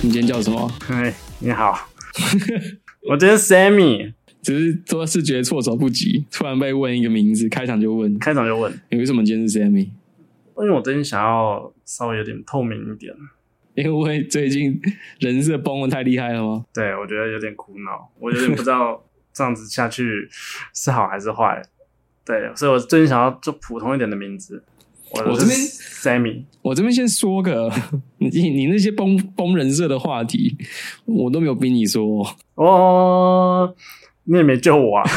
今天叫什么？嗨，哎你好， 我今天 Sammy，只是做视觉措手不及，突然被问一个名字，开场就问开场就问，你为什么今天是啊 Sammy？因为我最近想要稍微有点透明一点，因为最近人设崩的太厉害了吗？对我觉得有点苦恼，我有点不知道这样子下去是好还是坏，对，所以我最近想要就普通一点的名字，我我我这是边 Sammy，我这边先说个， 你你那些崩崩人设的话题，我都没有逼你说， 哦，你也没救我啊，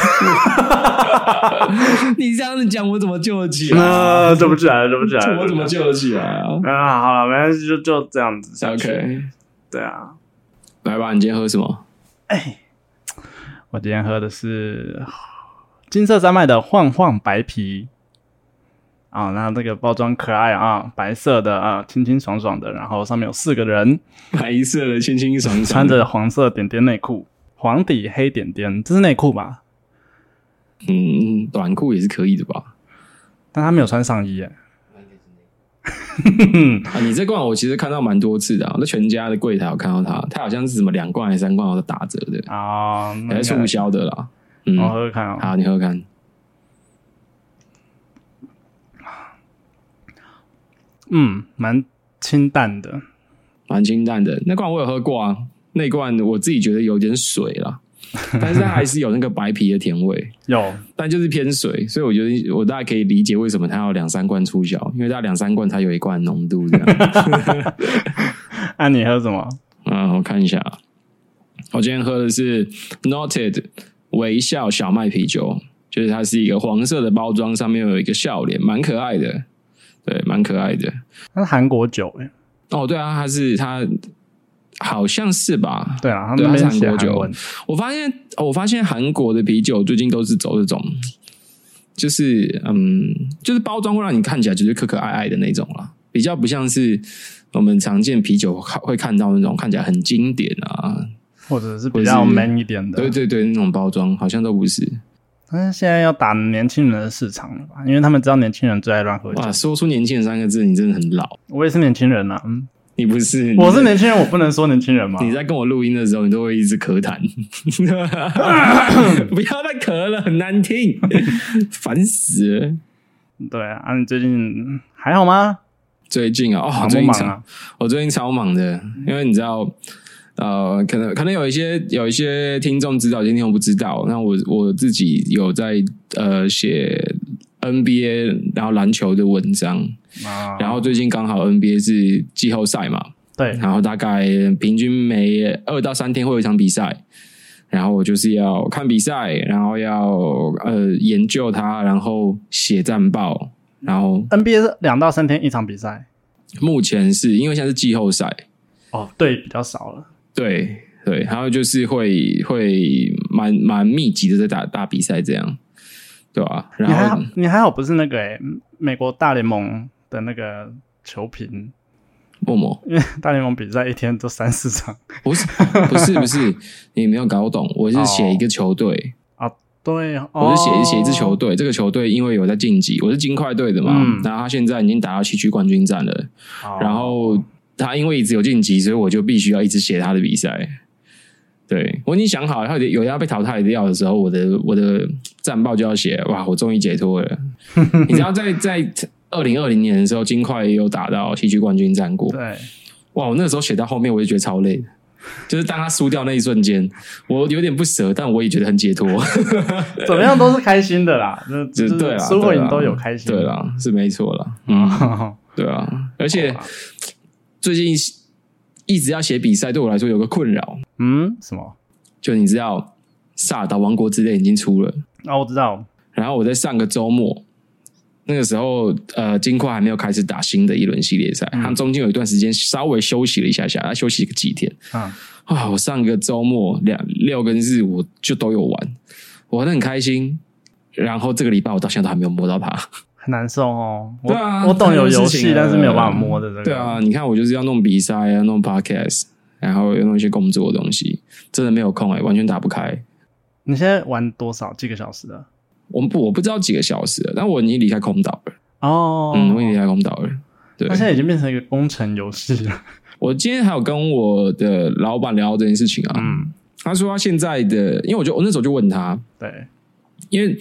你这样子讲，我怎么救得起来、啊，啊？对不起啊，对不起 啊，我怎么救得起来啊啊，好了，没关系，就就这样子下去。 ？OK，对啊，来吧，你今天喝什么？我今天喝的是金色山脉的晃晃白啤啊、那这个包装可爱啊，白色的啊，清清爽爽的，然后上面有四个人，白色的，清清爽爽，穿着黄色点点内裤，黄底黑点点，这是内裤吧？嗯嗯短裤也是可以的吧？但他没有穿上衣耶。啊，你这罐我其实看到蛮多次的、啊，我在全家的柜台有看到它，它好像是什么两罐还是三罐，我都打折的，啊，那还个哎是促销的啦。嗯，我喝喝看哦。好，你喝喝看，嗯，蛮清淡的。蛮清淡的。那罐我有喝过啊，那罐我自己觉得有点水啦，但是它还是有那个白啤的甜味，有，但就是偏水，所以我觉得我大概可以理解为什么它要两三罐促销，因为它两三罐它有一罐浓度这样。那、啊你喝什么？嗯，我看一下，我今天喝的是 Noted 微笑小麦啤酒，就是它是一个黄色的包装，上面有一个笑脸，蛮可爱的，对，蛮可爱的。那是韩国酒哎。哦，对啊，它是它好像是吧？对啊，他对们那它边是写韩国酒韩文。我发现，哦我发现韩国的啤酒最近都是走这种，就是嗯，就是包装会让你看起来就是可可爱爱的那种啦，比较不像是我们常见啤酒会看到那种看起来很经典啊，或者是或比较是 man 一点的。对啊对对，那种包装好像都不是。但是现在要打年轻人的市场了吧？因为他们知道年轻人最爱乱喝酒哇，。说出“年轻人”三个字，你真的很老。我也是年轻人呐、嗯，你不是，我是年轻人，我不能说年轻人吗？你在跟我录音的时候，你都会一直咳痰， 不要再咳了，很难听，烦死了。嗯对啊啊，你最近还好吗？最近啊，哦，忙最不近忙超啊？我最近超忙的，因为你知道，呃，可能可能有一些有一些听众知道，有些听众不知道。那我我自己有在呃写 NBA 然后篮球的文章，啊，然后最近刚好 NBA 是季后赛嘛，对，然后大概嗯平均每二到三天会有一场比赛，然后我就是要看比赛，然后要呃研究它，然后写战报，然后 NBA 是两到三天一场比赛，目前是因为现在是季后赛，哦，对，比较少了。对对，还有就是会会蛮蛮密集的在打打比赛这样，对吧、你然还好后，你还好不是那个诶、美国大联盟的那个球评， 默默因为大联盟比赛一天都三四场。不是不是不是，你没有搞懂，我是写一个球队，对，哦、我是写写一支球队，这个球队因为有在晋级，我是金块队的嘛，嗯然后他现在已经打到西区冠军战了，哦，然后他因为一直有晋级，所以我就必须要一直写他的比赛。对我已经想好，他有有要被淘汰掉的时候，我的我的战报就要写，哇，我终于解脱了。你知道在，在二零二零年的时候，金块也有打到西区冠军战过，对，哇，我那时候写到后面，我就觉得超累的。就是当他输掉那一瞬间，我有点不舍，但我也觉得很解脱。怎么样都是开心的啦，就 就就是对啦，啊输或对啦赢都有开心。对啦，是没错啦。嗯， 对啊，而且最近一直要写比赛，对我来说有个困扰，嗯，什么？就你知道《萨尔达王国之泪》已经出了，啊，我知道，然后我在上个周末。那个时候，呃，金块还没有开始打新的一轮系列赛，嗯他们中间有一段时间稍微休息了一下下，他休息个几天嗯，啊。我上个周末两六跟日我就都有玩，我玩的很开心。然后这个礼拜我到现在都还没有摸到它，很难受哦。我对啊我懂有游太多事情戏，了但是没有办法摸的这个。对啊，你看我就是要弄比赛啊，弄 podcast，然后又弄一些工作的东西，真的没有空哎、完全打不开。你现在玩多少几个小时了？我不我不知道几个小时了，但我已经离开空岛了，嗯哦，嗯，我已经离开空岛了。对 它，现在已经变成一个工程游戏了。我今天还有跟我的老板聊到这件事情啊，嗯，他说他现在的，因为我就我那时候就问他，对，因为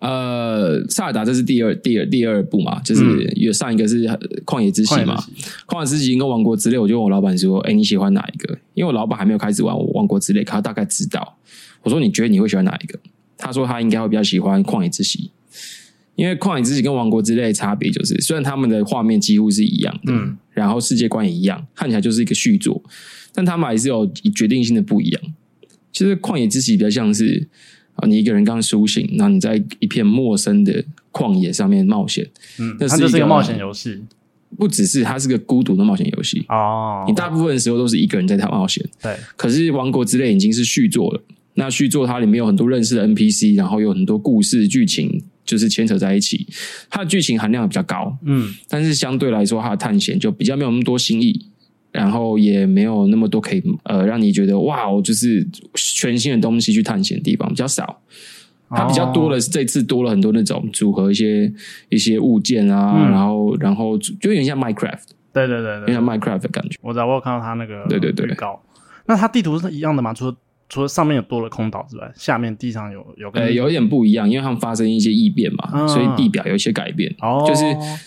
呃，萨尔达这是第二第二第二部嘛，就是有上一个是呃旷野之息嗯旷野嘛之，旷野之息跟王国之泪，我就问我老板说，哎、你喜欢哪一个？因为我老板还没有开始玩王国之泪，他大概知道。我说你觉得你会喜欢哪一个？他说他应该会比较喜欢旷野之息，因为旷野之息跟王国之泪的差别就是，虽然他们的画面几乎是一样的，嗯然后世界观也一样，看起来就是一个续作，但他们还是有决定性的不一样。其实旷野之息比较像是啊，你一个人刚苏醒，然后你在一片陌生的旷野上面冒险，嗯，这它是就一是一个个冒险游戏不只是它是个孤独的冒险游戏，哦你，大部分的时候都是一个人在它冒险。对，可是《王国之泪》已经是续作了，那续作它里面有很多认识的 NPC，然后有很多故事剧情就是牵扯在一起，它的剧情含量比较高，嗯，但是相对来说，它的探险就比较没有那么多新意，然后也没有那么多可以呃让你觉得哇，我就是全新的东西去探险的地方比较少。它比较多哦的是这次多了很多那种组合一些一些物件啊，嗯然后然后就有点像 Minecraft，对对对有点对对，像 Minecraft 的感觉。我知道我有看到它那个对对对预告。那它地图是一样的吗？除了除了上面有多了空岛之外，下面地上有有呃，跟有一点不一样，因为他们发生一些异变嘛，嗯所以地表有一些改变，哦，就是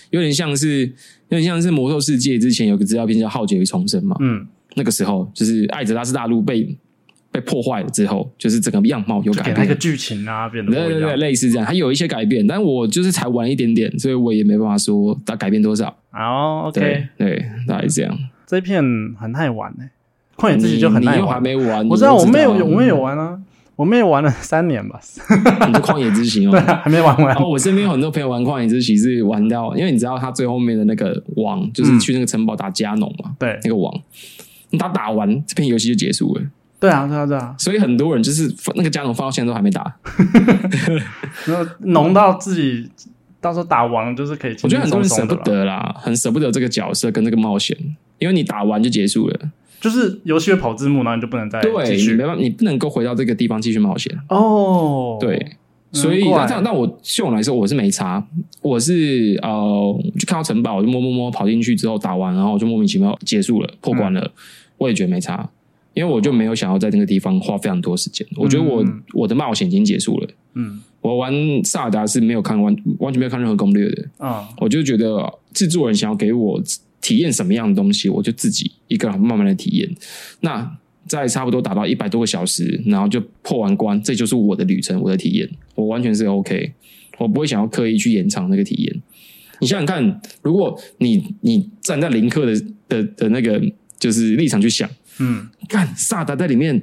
有点像是有点像是魔兽世界之前有个资料片叫《浩劫与重生》嘛，嗯，那个时候就是艾泽拉斯大陆被被破坏了之后，就是整个样貌有就改给它一个变。剧情啊，变得对不对一对，样。类似这样，它有一些改变，但我就是才玩一点点，所以我也没办法说它改变多少。哦对，OK，对，大概是这样。嗯这一片很耐玩呢，旷野之息就很你耐你又还玩。没玩，我知道，你我就妹有，啊我妹有，玩啊，我妹玩了三年吧， 你的旷野之息对哦。啊，还没玩完。哦，我身边有很多朋友玩旷野之息是玩到，因为你知道他最后面的那个王，就是嗯去那个城堡打加农嘛，对那个王，他打完这篇游戏就结束了，对啊，对啊，对啊，所以很多人就是那个加农放到现在都还没打，然后浓到自己到时候打完就是可以我轻觉轻得很多松人松舍的不了，得啦，很舍不得这个角色跟这个冒险，因为你打完就结束了，就是游戏会跑字幕，然后你就不能再对哎继你续没办法，你不能够回到这个地方继续冒险。哦，对，嗯所以难怪那这样，那我对我来说我是没差，我是呃，就看到城堡，我就摸摸摸跑进去之后打完，然后我就莫名其妙结束了，破关了，嗯我也觉得没差，因为我就没有想要在那个地方花非常多时间，我觉得我、嗯我的冒险已经结束了。嗯我玩萨尔达是没有看完，完全没有看任何攻略的，啊我就觉得制作人想要给我体验什么样的东西，我就自己一个人慢慢的体验。那在差不多打到一百多个小时，然后就破完关，这就是我的旅程，我的体验，我完全是 OK，我不会想要刻意去延长那个体验。你想想看，如果你你站在林克的的的那个就是立场去想，嗯，看萨达在里面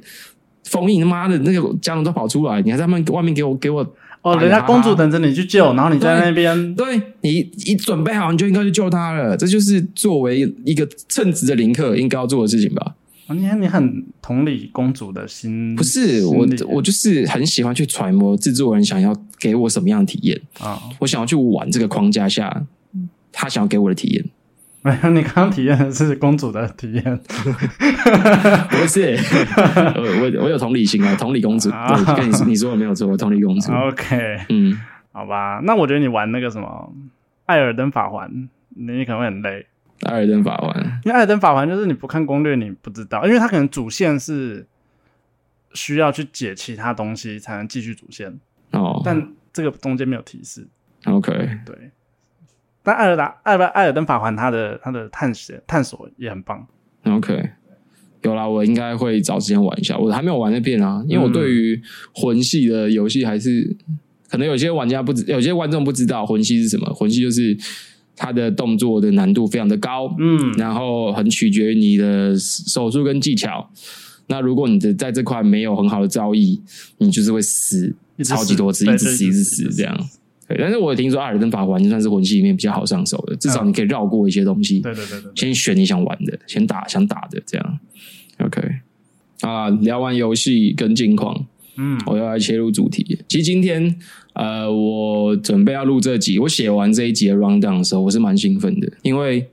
封印他妈的那个家人都跑出来，你还在外面外面给我给我哦，打人家他公主等着你去救，然后你在那边哎对你一准备好，你就应该去救他了。这就是作为一个称职的林克应该要做的事情吧？哦你看你很同理公主的心，不嗯是心我理，我就是很喜欢去揣摩制作人想要给我什么样的体验，啊，我想要去玩这个框架下他想要给我的体验。 没有，你刚刚体验的是公主的体验，不是， 我我我有同理心啊，同理公主，啊对，跟你说你说的没有错，我同理公主。 OK，嗯，好吧，那我觉得你玩那个什么《艾尔登法环》，你可能会很累，艾尔登法环，因为《艾尔登法环》就是你不看攻略你不知道，因为它可能主线是需要去解其他东西才能继续主线，哦，但这个中间没有提示。 OK，对，但艾尔达艾尔艾尔登法环它的它的探险探索也很棒。 OK，有啦，我应该会找时间玩一下。我还没有玩那遍啊，嗯因为我对于魂系的游戏还是、可能有些玩家不知，有些观众不知道魂系是什么。魂系就是它的动作的难度非常的高，嗯然后很取决于你的手速跟技巧。那如果你的在这块没有很好的造诣，你就是会死一直死超级多次，对一直死对一一直直死死这样。对，但是我有听说《艾尔登法环》就算是魂系里面比较好上手的，至少你可以绕过一些东西。嗯对对对对对，先选你想玩的，先打想打的这样。OK，啊，聊完游戏跟近况，嗯我要来切入主题。其实今天呃，我准备要录这集，我写完这一集的 round down 的时候，我是蛮兴奋的，因为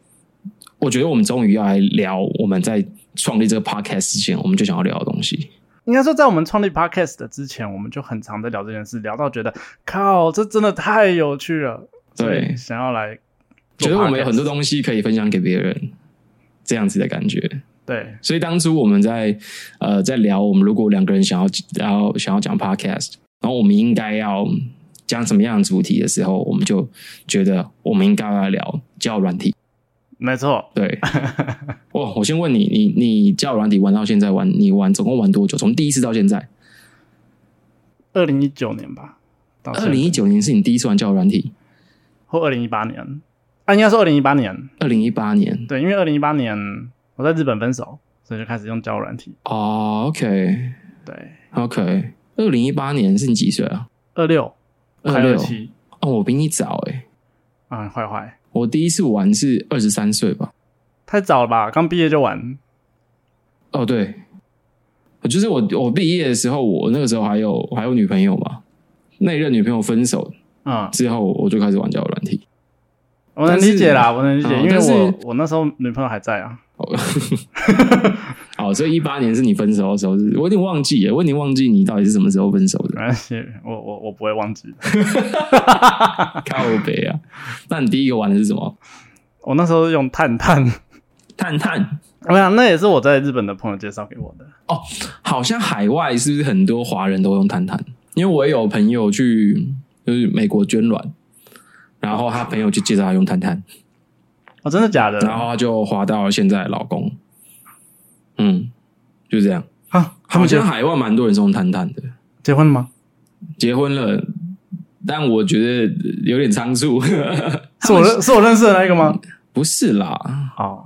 我觉得我们终于要来聊我们在创立这个 podcast 之前，我们就想要聊的东西。应该说在我们创立 podcast 的之前，我们就很常在聊这件事，聊到觉得靠，这真的太有趣了，所以对想要来觉做 podcast。得我们有很多东西可以分享给别人，这样子的感觉。对，所以当初我们在呃在聊，我们如果两个人想要要想要讲 podcast，然后我们应该要讲什么样的主题的时候，我们就觉得我们应该要聊交友软体。没错， 对，哦，我先问你，你你交友软体玩到现在玩，你玩总共玩多久？从第一次到现在，二零一九年吧，到现二在零一九年是你第一次玩交友软体，或二零一八年，啊，应该是二零一八年，二零一八年对，因为二零一八年我在日本分手，所以就开始用交友软体。哦 OK 对， OK，二零一八年是你几岁啊？二六快26二七哦，我比你早诶、啊，坏坏，我第一次玩是二十三岁吧？太早了吧？刚毕业就玩，哦，对，我就是我我毕业的时候，我那个时候还有我还有女朋友嘛，那一任女朋友分手嗯，之后，我就开始玩交友软体。我能但是理解啦，我能理解，嗯因为但是我我那时候女朋友还在啊，哦，哦所以一八年是你分手的时候是，我有点忘记耶，我有点忘记你到底是什么时候分手的，没关系，我我我不会忘记。靠北啊！那你第一个玩的是什么？我那时候用探探， 探探，我想那也是我在日本的朋友介绍给我的。好像海外是不是很多华人都用探探？因为我也有朋友去就是美国捐卵，然后他朋友就介绍他用探探，哦，真的假的？然后他就滑到现在的老公，嗯，就这样。啊，他好们结像海外蛮多人是用探探的，结婚了吗？结婚了，但我觉得有点仓促。 是我认是我认识的那一个吗？不是啦，哦，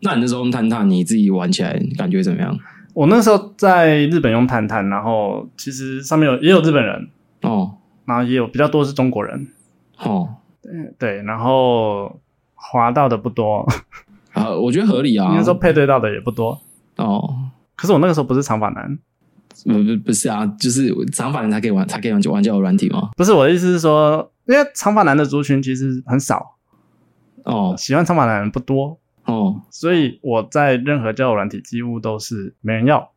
那你那时候用探探，你自己玩起来感觉怎么样？我那时候在日本用探探，然后其实上面有也有日本人，哦然后也有比较多是中国人，哦，对，然后滑到的不多，啊，我觉得合理啊应。该说配对到的也不多。哦，可是我那个时候不是长发男，不不不是啊，就是长发人才可以玩，才可以玩玩交友软体吗？不是我的意思是说，因为长发男的族群其实很少，哦喜欢长发男的人不多，哦，所以我在任何交友软体几乎都是没人要。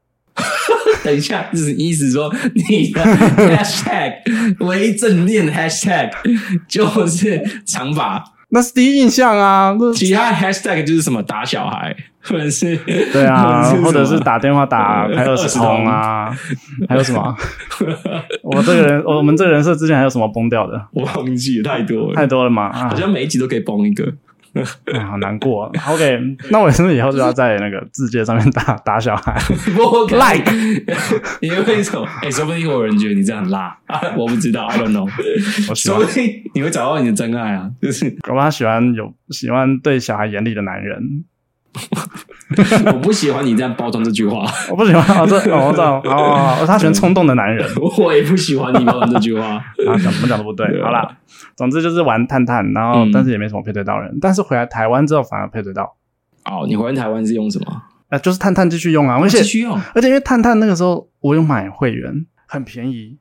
等一下，就是意思说你的 hashtag 唯一正面的 hashtag 就是长发，那是第一印象啊，那其他 hashtag 就是什么打小孩，或者是对啊，或者 是什么打电话打开二十通啊， 还有什么？ 我这个人，我们这个人设之前还有什么崩掉 的？我忘记了太多太了，多了嘛，啊好，像每一集都可以崩一个。哎好难过啊。OK，那 我是不是以后就要在那个字界上面打 打小孩？我 Like 你会说， 哎、说不定会有人觉得你这样很辣，啊 我不知道，I don't know，我喜说欢不，定你会找到你的真爱啊，就是搞不好他喜欢有喜欢对小孩严厉的男人。我不喜欢你这样包装这句话， 我不喜欢，哦，这哦，我知道，哦，他喜欢冲动的男人。我也不喜欢你包装这句 话。啊，讲我们讲的不 对，对啊好啦，总之就是玩探探，然后嗯但是也没什么配对到人，但是回来台湾之后反而配对到，哦，你回来台湾是用什么？呃，就是探探继续用啊，而且哦继续用而且因为探探那个时候我有买会员，很便宜，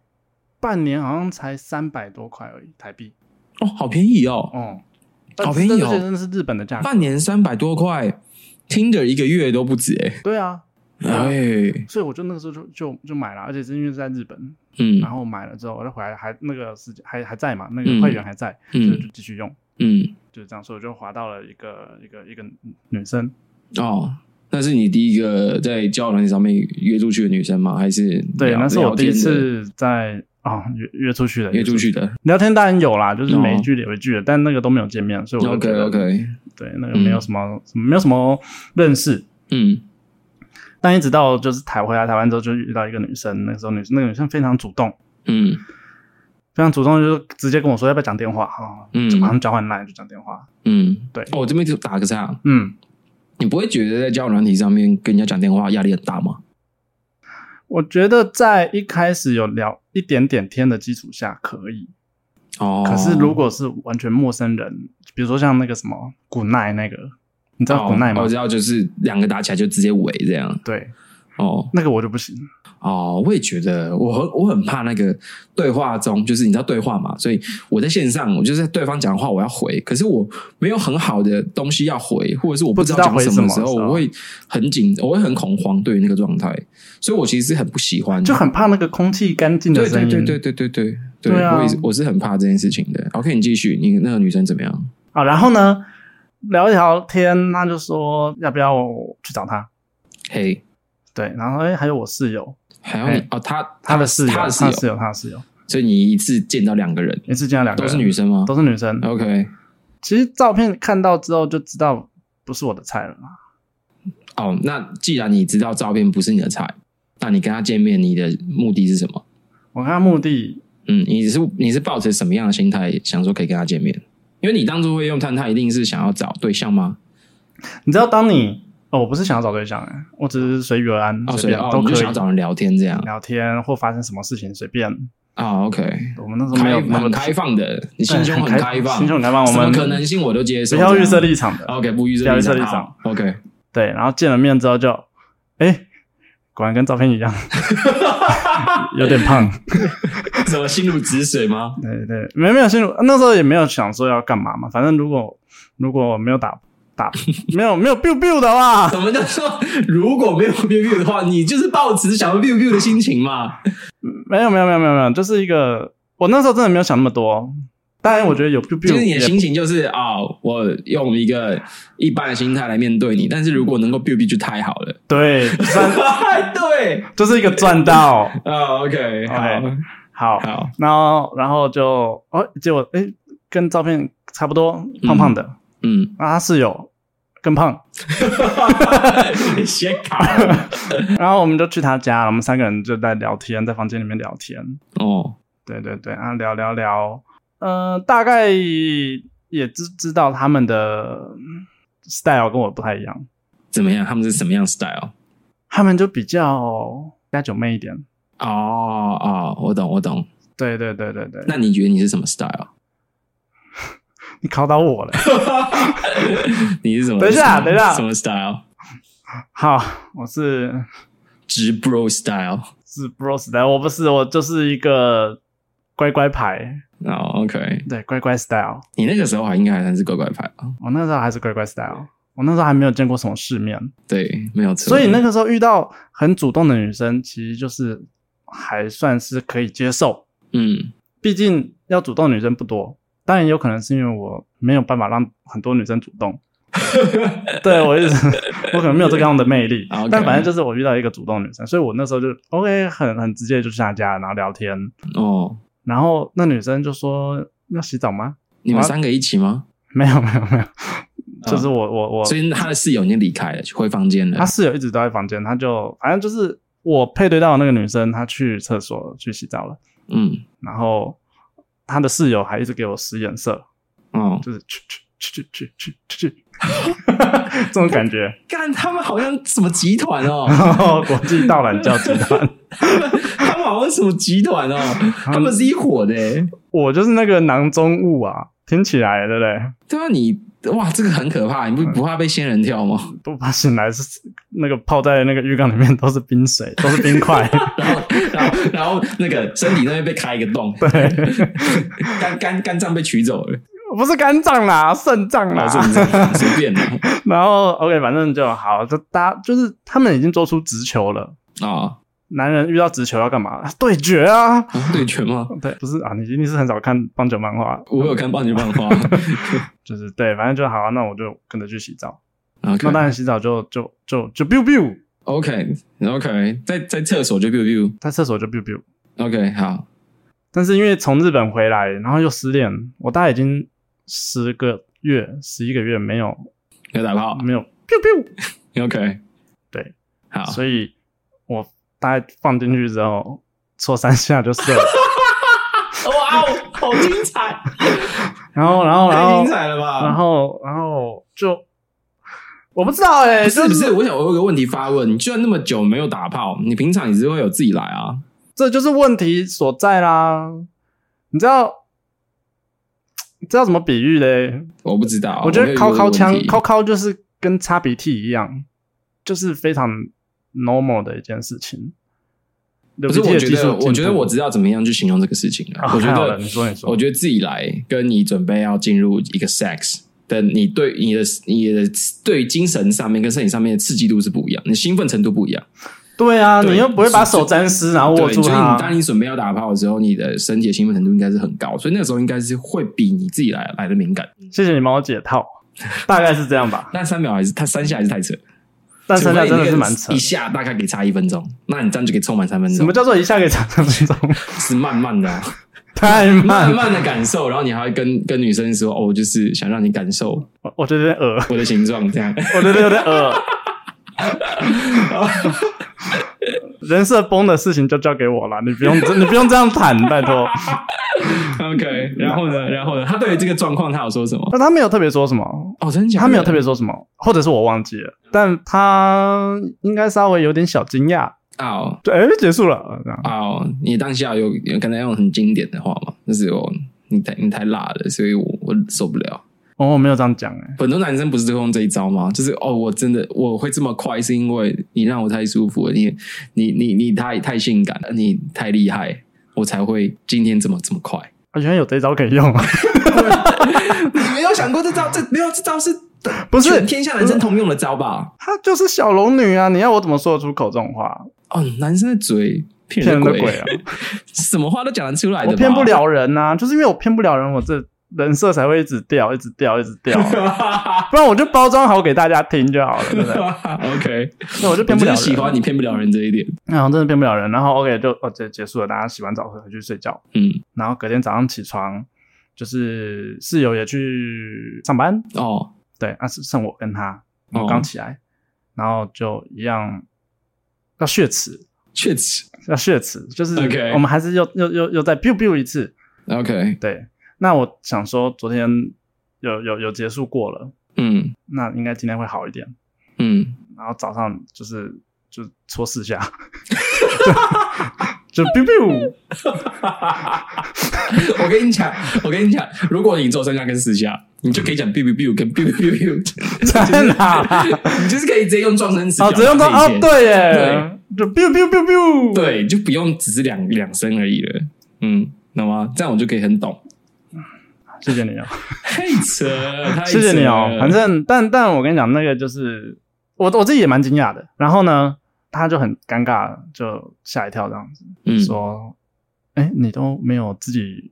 半年好像才三百多块而已台币。哦，好便宜哦，哦、好便宜哦而且真的是日本的价格。半年三百多块，听着一个月都不止哎、对啊，哎，所以我就那个时候就就就买了，而且是因为是在日本，嗯然后买了之后我就回来还那个时间还还在嘛，那个会员还在，所以嗯就继续用，嗯，就是这样，所以我就滑到了一个一个一个女生，哦，那是你第一个在交友软件上面约出去的女生吗？还是对，聊那是我聊第一天的次在啊、约约出去的，约出去的。聊天当然有啦，就是哦每一句有一句的，但那个都没有见面，所以我就 OK 觉得 OK，对，那个没有什么、什么没有什么认识。嗯但一直到就是台回来台湾之后，就遇到一个女生，那个时候女那个女生非常主动，嗯非常主动，就是直接跟我说要不要讲电话啊，嗯就马上交换 line 就讲电话。嗯，对哦，我这边就打个岔，嗯，你不会觉得在交友软体上面跟人家讲电话压力很大吗？我觉得在一开始有聊一点点天的基础下可以，哦，可是如果是完全陌生人，比如说像那个什么古奈那个，你知道古奈哦吗我？知道，就是两个打起来就直接围这样。对，哦那个我就不行。哦，我也觉得我很我很怕那个对话中，就是你知道对话嘛，所以我在线上，我就是对方讲话我要回，可是我没有很好的东西要回，或者是我不知知道道讲回么的什时么候，时候我会很紧，我会很恐慌对于那个状态，所以我其实是很不喜欢，就很怕那个空气干净的对声对音。对对对对对对，对啊我也是我是很怕这件事情的。OK，你继续，你那个女生怎么样？啊，然后呢，聊一聊天，他就说要不要去找他？嘿，对，然后哎、还有我室友，还有你嘿哦，他他的室友，他的他的室室友，友，他的室友，所以你一次见到两个人，一次见到两个都人是女，嗯生吗都是女生。 ？OK，其实照片看到之后就知道不是我的菜了嘛。哦，那既然你知道照片不是你的菜，那你跟他见面，你的目的是什么？我看他目的，嗯，你是你是抱着什么样的心态想说可以跟他见面？因为你当初会用探探，一定是想要找对象嗯吗？你知道，当你哦，我不是想要找对象、哎，我只是随遇而安，哦，所随以便、哦，都你可就以想要找人聊天这样聊天或发生什么事情随便。啊、o k 我们那时候没开有那么很开放的，你对心胸很开放，心胸很开放，我什们么可能性我都接受。不要预设这样哦立场的。 ，OK，不预不设要立预设场立好，OK， 对，然后见了面之后就，哎，果然跟照片 一样，有点胖。什么心如止水吗？ 对对，没没有心入，那时候也没有想说要干嘛嘛，反正如果如果我没有打打，没有没有 biu biu 的话，什么叫做如果没有 biu biu 的话，你就是抱持想要 biu biu 的心情嘛？没有没有没有没有没有，就是一个我那时候真的没有想那么多。当然，我觉得有 biu 就 biu，是你的也心情就是啊、我用一个一般的心态来面对你，但是如果能够 biu biu 就太好 了。对，算对，就是一个赚到。啊、o k 好哦好，好，然后然后就哦，结果哎，跟照片差不多，胖胖的。 嗯，然后他室友更胖，写卡然后我们就去他家，我们三个人就在聊天，在房间里面聊天。哦，对对对，啊，聊聊聊，呃，大概也知知道他们的嗯 style 跟我不太一样，怎么样？他们是什么样 style？他们就比较加九妹一点。哦哦，我懂，我懂。对对对对对，那你觉得你是什么 style？你考倒我了。 你是什么？等一下什么等一下什么 style？好，我是直 bro style。是 bro style，我不是，我就是一个乖乖牌，哦，OK，对，乖乖 style。你那个时候还应该还算是乖乖牌吧？我那时候还是乖乖 style，我那时候还没有见过什么世面。对，没有错。所以那个时候遇到很主动的女生，其实就是还算是可以接受。嗯，毕竟要主动的女生不多，当然也有可能是因为我没有办法让很多女生主 动。对我一直我可能没有这个样的魅力啊 OK 但反正就是我遇到一个主动的女生，所以我那时候就 OK 很很直接就去她家，然后聊天，哦，然后那女生就说要洗澡吗？你们三个一起吗？没有没有没有，就是我我我啊所以他的室友已经离开了，回房间了他。室友一直都在房间，他就反正就是我配对到那个女生，她去厕所去洗澡了，嗯，然后她的室友还一直给我使眼色，哦，就是去去去去去去去 去，这种感觉，干，他们好像什么集团哦？ 然后国际盗懒教集团，他们他们好像什么集团哦？他们是一伙的欸。我就是那个囊中物啊，听起来对不对？对啊，你哇，这个很可怕，你嗯不不怕被仙人跳 吗？都怕醒来是那个泡在那个浴缸里面都是冰水，都是冰块， 然后，然后，然后那个身体那边被开一个洞， 对，肝肝肝脏被取走 了，不是肝脏啦，肾脏啦，啊，是不是？ 随便的 然后 OK，反正就好，就大家就是他们已经做出直球了。啊，男人遇到直球要干嘛？ 对决啊！对拳吗？对，不是啊，你一定是很少看棒球漫画，我有看棒球漫 画，就是对，反正就好、啊，那我就跟着去洗澡。那当，OK 然洗澡就就就就 biu biu， OK OK，在在厕所就 biu biu 在厕所就 biu biu。 OK 好，但是因为从日本回来，然后又失恋，我大概已经十个月、十一个月没有要打炮没有 biu biu， OK 嗯对，好，所以我大概放进去之后搓三下就射了。 哇哦，好精 彩，然后然后然太后精彩了吧？然后，然后就我不知道哎、不就是不是，我想我有个问题发问，你居然那么久没有打炮，你平常你是会有自己来啊？这就是问题所在啦。你知道，你知道怎么比喻嘞？我不知道，我觉得没有敲遇敲过这个枪问题，敲敲就是跟擦鼻涕一样，就是非常 normal 的一件事情。不不是，我觉得，我觉得我知道怎么样去形容这个事情了。啊我觉太好了得你说你说我觉得自己来，跟你准备要进入一个 sex 的，你对你的你的对精神上面跟身体上面的刺激度是不一样，你兴奋程度不一样。对啊，对你又不会把手沾湿然后握对，住所以它你，当你准备要打炮的时候，你的身体的兴奋程度应该是很高，所以那个时候应该是会比你自己来来的敏感。 谢谢你帮我解套。大概是这样吧。但三秒还是他三下还是太扯，但剩下除非真你的那个是蛮扯一。下大概给差一分钟，那你这样就可以凑满三分什钟么，叫做一下给长三分 钟？是慢慢的啊、太 慢慢了，慢的感受，然后你还会跟跟女生说，哦，我就是想让你感受我我觉得有点恶，我的形状，这样我觉得有点恶。人设崩的事情就交给我了，你不用这，你不用这样谈，拜托。 ，OK。然后呢，然后呢，他对于这个状况他有说什么？但他没有特别说什么，哦，真的假的？他没有特别说什么，或者是我忘记了，但他应该稍微有点小惊讶。哦对，哎，结束了，这样。哦，你当下有有刚才用很经典的话嘛，就是我你太你太辣了，所以我我受不了。哦，我没有这样讲，哎，很多男生不是都用这一招吗？就是哦，我真的我会这么快，是因为你让我太舒服了，你你你你太太性感了，你太厉害，我才会今天这么这么快。啊，原来有这招可以用， 你没有想过这招，这没有这招是不是全天下男生通用的招吧？她就是小龙女啊！你要我怎么说得出口这种话？哦，男生的嘴骗骗人人的的鬼，鬼啊！ 什么话都讲得出来的，我骗不。了人呐、就是因为我骗不了人，我这人设才会一直掉，一直掉，一直 掉、不然我就包装好给大家听就好了，对不对？ OK，那我就我骗真的不了人。喜欢你骗不了人这一点。然后真的骗不了人，然后 OK 就哦这结束了，大家洗完澡回回去睡觉，嗯，然后隔天早上起床，就是室友也去上班，哦，对，啊是剩我跟他，哦我刚起来，然后就一样要血池，确实要血池，就是 OK 我们还是又又又又再 biu biu 一次， OK，对，那我想说昨天有有有结束过了，嗯那应该今天会好一点，嗯，然后早上就是就搓四下，就 就 biu biu。 我跟你讲，我跟你讲，如果你做三下跟四下，你就可以嗯讲 biu biu biu 跟 biu biu biu biu，在哪？你就是可以直接用撞声词哦，表达只用到这一哦切，对耶，就 biu biu biu biu，，对，就不用只是两两声而已了。嗯，懂吗？这样我就可以很懂。谢谢你哦，太扯了，太扯谢了谢你哦。反正，但但我跟你讲，那个就是我我自己也蛮惊讶的。然后呢，他就很尴尬，就吓一跳这样子，嗯说：“哎，你都没有自己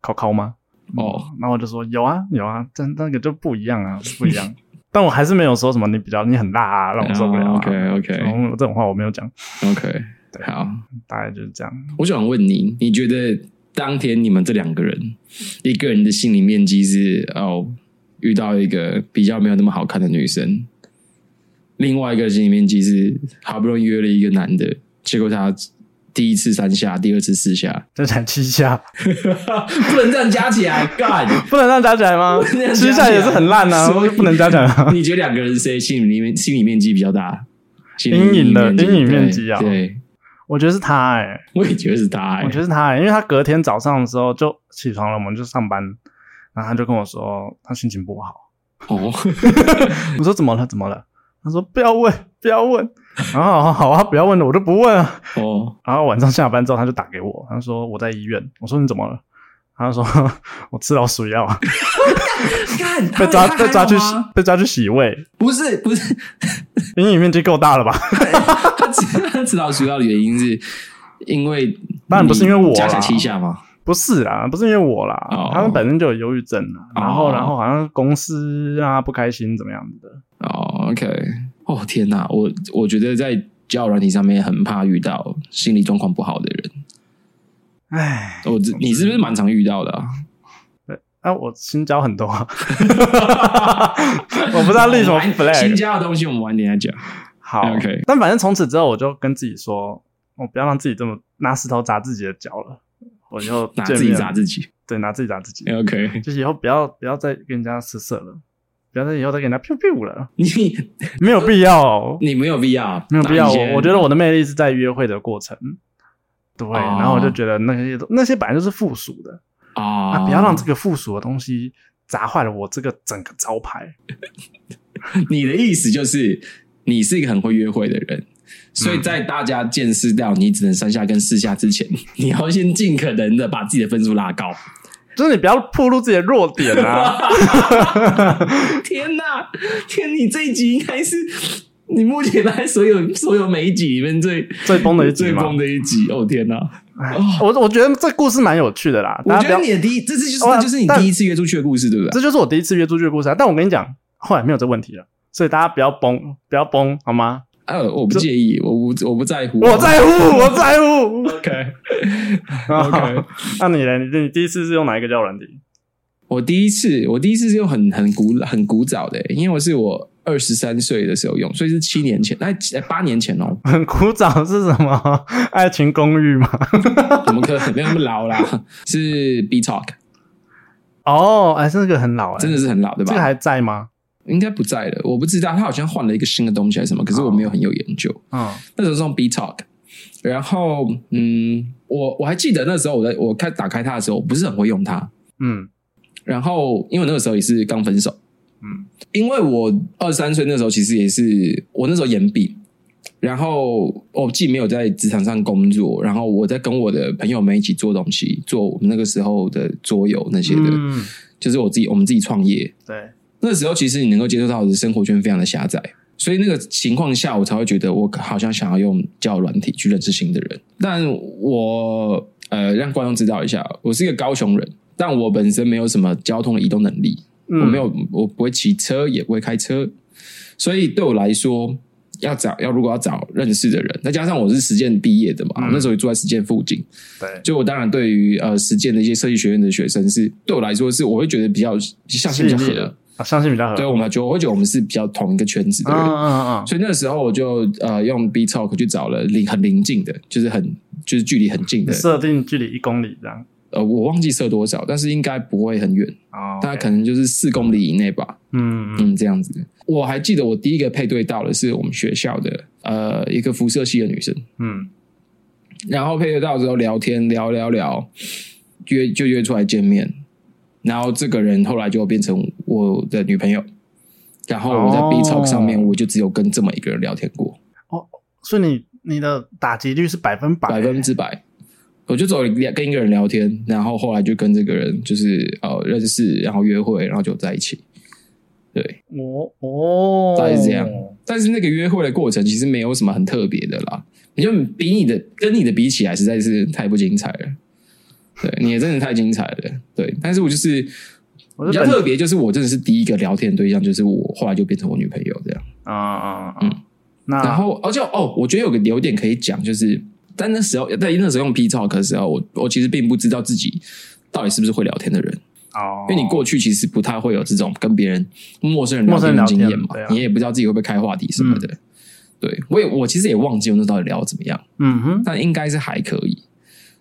考考吗？”哦，然后我就说：“有啊，有啊，但那个就不一样啊，不一样。” 但我还是没有说什么你比较你很辣啊，让我受不了、啊。 OK OK 我这种话我没有讲， OK，好，大概就是这样。我想问你，你觉得当天你们这两个人，一个人的心理面积是哦，遇到一个比较没有那么好看的女生，另外一个心理面积是好不容易约了一个男的，结果他第一次三下，第二次四 下，就讲七下，不能这样加起 来干。不能让加起来吗不能让？加起七来下也是很烂啊， 所以不能加起来啊。 你觉得两个人谁心理面心理面积比较大？心理阴影的面积阴影面积啊对，对我觉得是他哎、我也觉得是他、欸。我觉得是他、欸，因为他隔天早上的时候就起床了，我们就上班，然后他就跟我说他心情不好。哦，我说怎么了？怎么了？他说不要问，不要问。然后好好啊，不要问了，我就不问啊。哦，然后晚上下班之后，他就打给我，他说我在医院。我说你怎么了？他就说 我吃老鼠药，啊干被抓被抓去洗吗？被抓去洗胃，不是不是，阴影面积够大了吧？他吃他吃老鼠药的原因是因为当然不是因为我啦你加起来七下吗？不是啦，不是因为我啦，哦他们本身就有忧郁症啦，哦然后然后好像公司让他不开心怎么样的，哦，OK，哦天哪，我我觉得在交友软体上面很怕遇到心理状况不好的人。唉，我这你是不是蛮常遇到的、啊？啊，我新交很多啊， 我不知道立 什么新 flag，加的东西我们晚点再讲。好 OK 但反正从此之后我就跟自己说，我不要让自己这么拿石头砸自己的脚了，我 就拿见自己面砸，自己。对，拿自己砸自己， OK，就是以后不要不要再跟人家失色了，不要再以后再跟人家 p i 了，你没有必要哦、你没有必要，没有必要，哦拿一些我我觉得我的魅力是在约会的过程。对，哦然后我就觉得那些都那些本来就是附属的，啊啊，不要让这个附属的东西砸坏了我这个整个招牌。你的意思就是你是一个很会约会的人，所以在大家见识到你只能三下跟四下之前，你要先尽可能的把自己的分数拉高。就是你不要暴露自己的弱点啊！ 天哪，天！你这一集应该是你目前来所有所有每一集里面最最崩的一集最嘛崩，的一集。哦天哪！哎我我觉得这故事蛮有趣的啦。我大家觉不要得你，的第一，这是就是哇这就是你但第一次约出去的故事，对不对？这就是我第一次约出去的故事啊。但我跟你讲，后来没有这问题了，所以大家不要崩，不要崩，好吗？啊，我不介意，我不我不在乎，我在 乎，我在乎。 OK OK。那你呢？你你第一次是用哪一个交友软体？ 我第一次，我第一次是用很很古很古早的、因为我是我二十三岁的时候用，所以是七年前，哎哎八年前 哦，很古早是什么？ 爱情公寓吗？怎么可能没有那么老啦？是 B Talk，哦，哎，这个很老哎，真的是很老对这吧？个还在吗？应该不在了，我不知道，他好像换了一个新的东西还是什么，可是我没有很有研究。嗯，那时候是用 B Talk，然后嗯，我我还记得那时候我在我开打开它的时候，我不是很会用它，嗯然后因为那个时候也是刚分手，嗯，因为我二三岁那时候其实也是我那时候研毕，然后我既没有在职场上工作，然后我在跟我的朋友们一起做东西，做我们那个时候的桌游那些的，嗯，就是我自己我们自己创业，对，那时候其实你能够接受到的生活圈非常的狭窄，所以那个情况下，我才会觉得我好像想要用交友软体去认识新的人。但我呃，让观众知道一下，我是一个高雄人，但我本身没有什么交通的移动能力，嗯我没有，我不会骑车，也不会开车，所以对我来说，要找要如果要找认识的人，再加上我是实践毕业的嘛，嗯我那时候也住在实践附近，对，就我当然对于呃实践的一些设计学院的学生是，对我来说是我会觉得比较相信比较吸合引力的啊，相信比较合。对，我们就我会觉得我们是比较同一个圈子的嗯人，嗯嗯所以那个时候我就呃用 B Talk 去找了邻很邻近的，就是很就是距离很近嗯，的，设定距离一公里这样。呃，我忘记设多少，但是应该不会很远，哦，大概 OK 可能就是四公里以内吧，嗯嗯嗯，这样子。我还记得我第一个配对到的是我们学校的呃一个辐射系的女生，嗯，然后配对到之后聊天聊聊聊，约就约出来见面，然后这个人后来就变成我的女朋友。然后我在哦 B Talk 上面，我就只有跟这么一个人聊天过。所以你你的打击率是百分百，百分之百。我就走两跟一个人聊天，然后后来就跟这个人就是呃认识，然后约会，然后就在一起。对，哦哦，大概是这样但是那个约会的过程其实没有什么很特别的啦，你就比你的跟你的比起来，实在是太不精彩了。对，你也真的太精彩了。对，但是我就是我比是较本特别，就是我真的是第一个聊天对象，就是我后来就变成我女朋友这样。啊啊嗯嗯，那然后，而且哦，我觉得有个有点可以讲，就是但那时候在那时候用 P Talk 的时候，我我其实并不知道自己到底是不是会聊天的人，哦，因为你过去其实不太会有这种跟别人陌生人聊陌生天人的聊经天验嘛，对啊你也不知道自己会不会开话题什么的。对我也我其实也忘记我那时候到底聊得怎么样，嗯哼，但应该是还可以。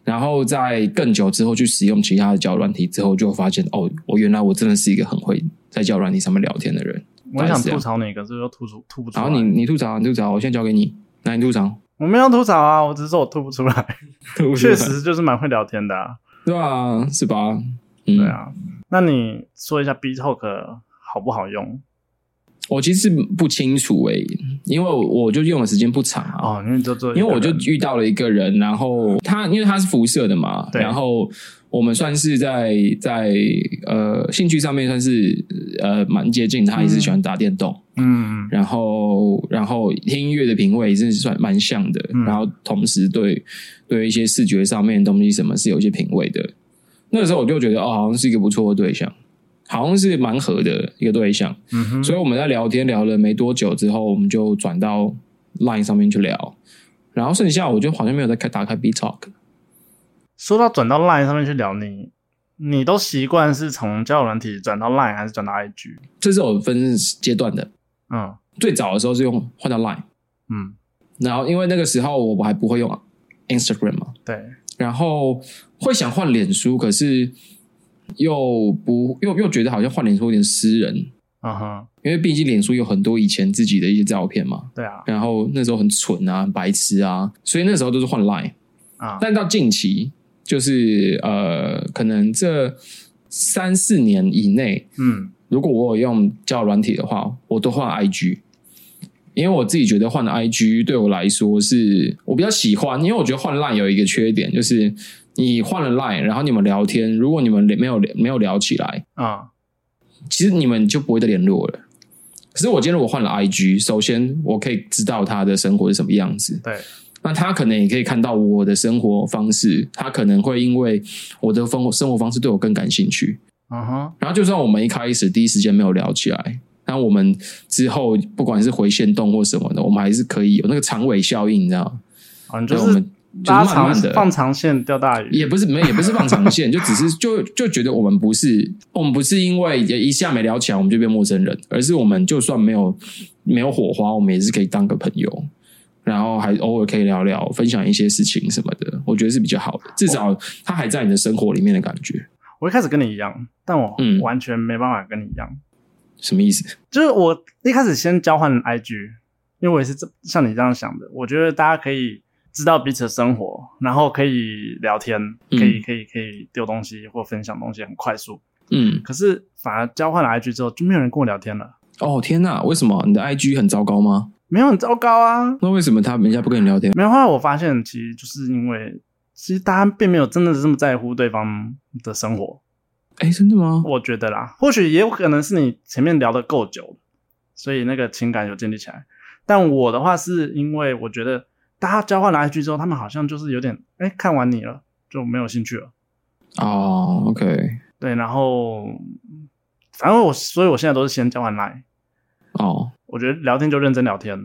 然后在更久之后去使用其他的交友软体之后，就发现哦，我原来我真的是一个很会在交友软体上面聊天的人。我大概想是这样吐槽你，可是又吐出吐不出然来。后你你吐槽，你吐槽，我现在交给你，那你吐槽，我没有吐槽啊，我只是说我吐不出 来，吐出 确来实就是蛮会聊天的、啊。对啊，是吧？嗯，对啊，那你说一下 B Talk 好不好用？我其实不清楚诶、因为我我就用的时间不长啊，哦，因为你就做一个因人，为我就遇到了一个人，然后他因为他是辐射的嘛，对然后我们算是在在呃兴趣上面算是呃蛮接近，他也是喜欢打电动，嗯然后然后听音乐的品味也是算蛮像的，嗯然后同时对对一些视觉上面的东西什么是有一些品味的。那个时候我就觉得哦，好像是一个不错的对象，好像是蛮合的一个对象。嗯哼，所以我们在聊天聊了没多久之后，我们就转到 Line 上面去聊，然后剩下我就好像没有再开打开 B Talk。说到转到 Line 上面去聊你，你都习惯是从交友软体转到 Line 还是转到 IG？这是我分阶段的，嗯最早的时候是用换到 Line，嗯，然后因为那个时候我还不会用 Instagram 嘛，对，然后会想换脸书，可是又不又又觉得好像换脸书有点私人，嗯哼，因为毕竟脸书有很多以前自己的一些照片嘛，对啊然后那时候很蠢啊、很白痴啊，所以那时候都是换 Line。啊，但到近期，就是呃，可能这三四年以内，嗯如果我有用交友软体的话，我都换 IG，因为我自己觉得换 IG 对我来说是我比较喜欢，因为我觉得换 Line 有一个缺点，就是你换了 Line，然后你们聊天，如果你们没有没有聊起来，啊其实你们就不会再联络了。可是我今天如果换了 IG，首先我可以知道他的生活是什么样子，对，那他可能也可以看到我的生活方式，他可能会因为我的生活生活方式对我更感兴趣。嗯哼，然后，就算我们一开始第一时间没有聊起来，那我们之后不管是回线动或什么的，我们还是可以有那个长尾效应，你知道吗？啊，你就对，我是们就是拉慢长慢的放长线钓大鱼，也不是没也不是放长 线，就只是就就觉得我们不是我们不是因为一下没聊起来我们就变陌生人，而是我们就算没有没有火花，我们也是可以当个朋友，然后还偶尔可以聊聊，分享一些事情什么的，我觉得是比较好的，至少他还在你的生活里面的感觉，我一开始跟你一样，但我嗯完全没办法跟你一样。什么意思？就是我一开始先交换 IG，因为我也是这像你这样想的。我觉得大家可以知道彼此的生活，然后可以聊天，嗯可以可以可以丢东西或分享东西，很快速。嗯，可是反而交换了 IG 之后，就没有人跟我聊天了，哦天哪，为什么你的 IG 很糟糕吗？没有很糟糕啊。那为什么他人家不跟你聊天？没有后来我发现，其实就是因为其实大家并没有真的这么在乎对方的生活。哎，真的吗？我觉得啦，或许也有可能是你前面聊得够久了，所以那个情感有建立起来。但我的话是因为我觉得大家交换了 IG 之后，他们好像就是有点哎、看完你了就没有兴趣了。哦，OK，对，然后反正我，所以我现在都是先交换 Line，哦，我觉得聊天就认真聊天，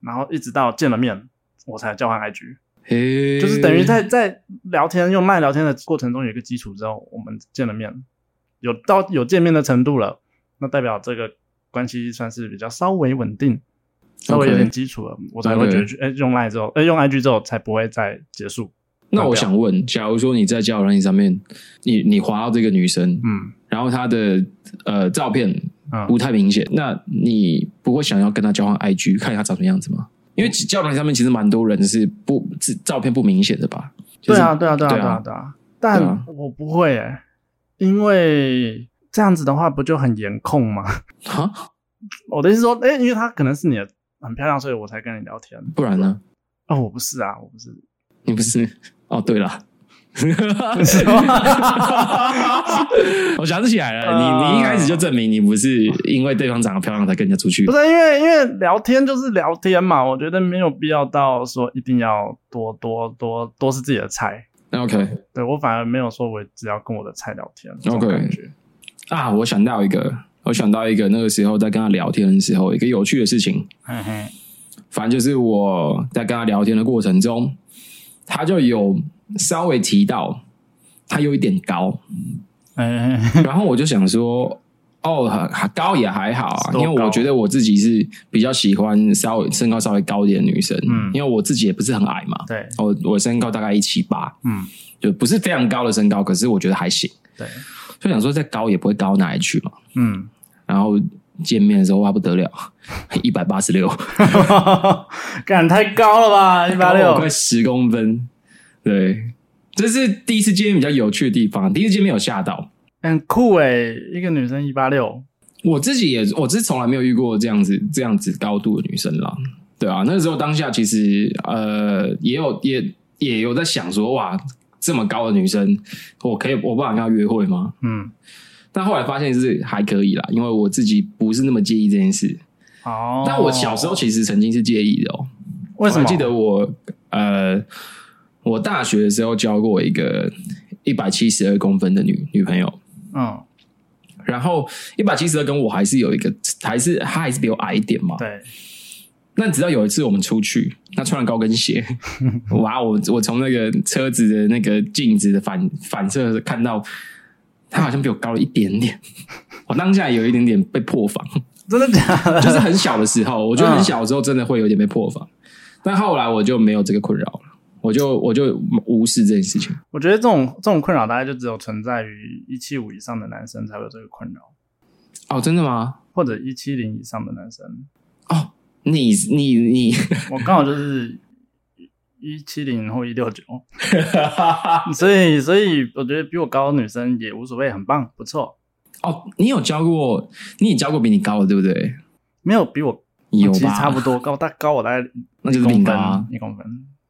然后一直到见了面我才交换 IG，嘿，就是等于在在聊天用 Line 聊天的过程中有一个基础之后，我们见了面，有到有见面的程度了，那代表这个关系算是比较稍微稳定，稍微有点基础了我才会觉得去哎、用 Line 之后，哎、用 IG 之后才不会再结束。那我想问，假如说你在交友软件上面，你你滑到这个女生，嗯然后她的呃照片嗯不，太明显，那你不会想要跟她交换 IG 看她长什么样子吗？因为交友软件上面其实蛮多人是不自照片不明显的吧？就对是、啊对啊对啊对对啊啊对啊，但我不会哎、因为这样子的话不就很颜控吗？ 哈，我的意思说，哎、因为她可能是你的很漂亮，所以我才跟你聊天。不然呢？哦，我不是啊，我不是， 你不是？哦，对了。 我想起 来了，呃你你一开始就证明你不是因为对方长得漂亮才跟人家出去不，是因为因为聊天就是聊天嘛，我觉得没有必要到说一定要多多多多是自己的菜。那 OK，对我反而没有说我只要跟我的菜聊天这种 OK 感觉。啊，我想到一个，我想到一个，那个时候在跟他聊天的时候，一个有趣的事情，嘿嘿，反正就是我在跟他聊天的过程中，他就有稍微提到他有一点高，哎嘿嘿然后我就想说，哦，还还高也还好啊，因多高为我觉得我自己是比较喜欢稍微身高稍微高一点的女生，嗯因为我自己也不是很矮嘛，对，我我身高大概一七八，嗯，就不是非常高的身高，可是我觉得还行，对，就想说再高也不会高哪里去嘛。嗯， 然后见面的时候哇不得了，一百八十六，感太高了吧，一高八我六快，十公分。对，这是第一次见面比较有趣的地方。第一次见面有吓到很酷哎、一个女生一八六，我自己也，我是从来没有遇过这样子这样子高度的女生啦。对啊，那时候当下其实呃也有也也有在想说哇。这么高的女生，我可以我不敢跟她约会吗？嗯，但后来发现是还可以啦，因为我自己不是那么介意这件事。哦，但我小时候其实曾经是介意的哦、为什么我记得我呃，我大学的时候交过一个一百七十二公分的女女朋友，嗯，然后一百七十二跟我还是有一个，还是她还是比我矮一点嘛。对，那直到有一次我们出去，她穿了高跟 鞋，哇！我我从那个车子的那个镜子的反反射看到，她好像比我高了一点点。我当下有一点点被破防，真的假的？ 就是很小的时候，我觉得很小的时候真的会有点被破防，但后来我就没有这个困扰了，我就我就无视这件事情。我觉得这种这种困扰大概就只有存在于一七五以上的男生才会有这个困扰。哦，真的吗？或者一七零以上的男生，哦，你你你，我刚好就是 一七零或一 六九，所以所以我觉得比我高的女生也无所谓，很棒，不错。 哦，你有教过，你也教过比你高的，对不对？没有比我有其实吧？差不多高，大高我大概那就是一比你公高分啊。一公分。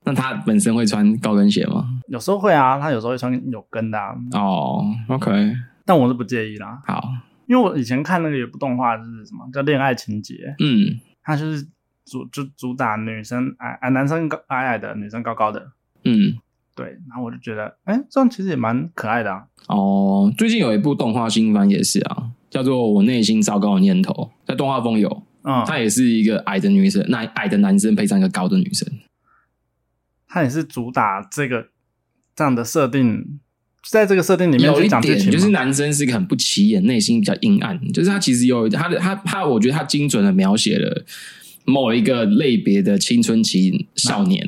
那他本身会穿高跟鞋吗？有时候会啊，他有时候会穿有跟的、啊，哦，OK，但我是不介意啦，好，因为我以前看那个有部动画是什么叫《恋爱情节》，嗯，它就是主就主打女生矮矮男生高矮矮的，女生高高的，嗯。对，然后我就觉得，哎、这样其实也蛮可爱的啊，哦，最近有一部动画新番也是啊，叫做《我内心糟糕的念头》，在动画风有，嗯，她也是一个矮的女生，那矮的男生配上一个高的女生，他也是主打这个这样的设定，在这个设定里面有去一讲剧点情吗，就是男生是一个很不起眼，内心比较阴暗，就是他其实有他的他他，我觉得他精准的描写了某一个类别的青春期少年，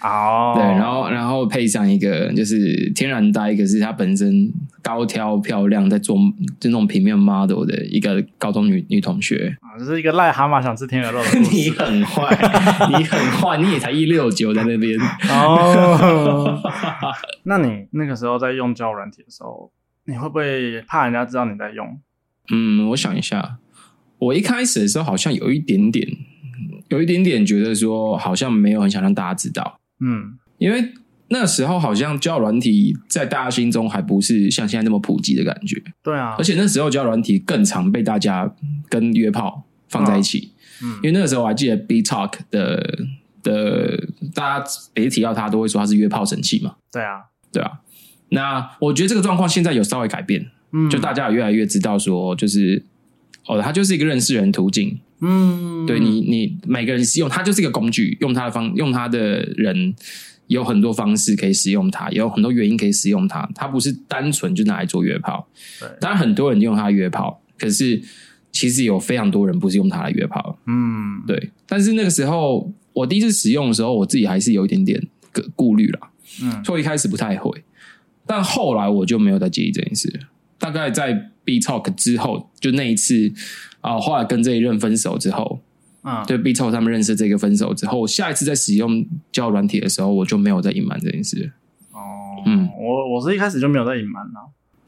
哦，对，然后然后配上一个就是天然呆，可是她本身高挑漂亮，在做就那种平面 model 的一个高中女女同 学。啊这是一个癞蛤蟆想吃天鹅肉的故 事你很坏， 你很坏，你也才一六九在那边。 哦，那你那个时候在用交友软体的时候，你会不会怕人家知道你在用？嗯，我想一下，我一开始的时候好像有一点点，有一点点觉得说好像没有很想让大家知道，嗯，因为那时候好像交友软体在大家心中还不是像现在那么普及的感觉。对啊，而且那时候交友软体更常被大家跟约炮放在一起，嗯因为那个时候我还记得 B Talk 的的大家每次提到他都会说他是约炮神器嘛，对啊，对吧、那我觉得这个状况现在有稍微改变，嗯，就大家有越来越知道说，就是哦，它就是一个认识人途径，嗯，对你，你每个人使用它就是一个工具，用它的方，用它的人有很多方式可以使用它，也有很多原因可以使用它。它不是单纯就拿来做约炮对，当然很多人用它约炮，可是其实有非常多人不是用它来约炮。嗯，对，但是那个时候我第一次使用的时候，我自己还是有一点点个顾虑啦，嗯所以我一开始不太会，但后来我就没有再介意这件事了。大概在 B Talk 之后，就那一次啊、后来跟这一任分手之后，嗯，对 B 超他们认识这个分手之后，下一次在使用交友软体的时候，我就没有再隐瞒这件事哦，嗯我我是一开始就没有在隐瞒啦，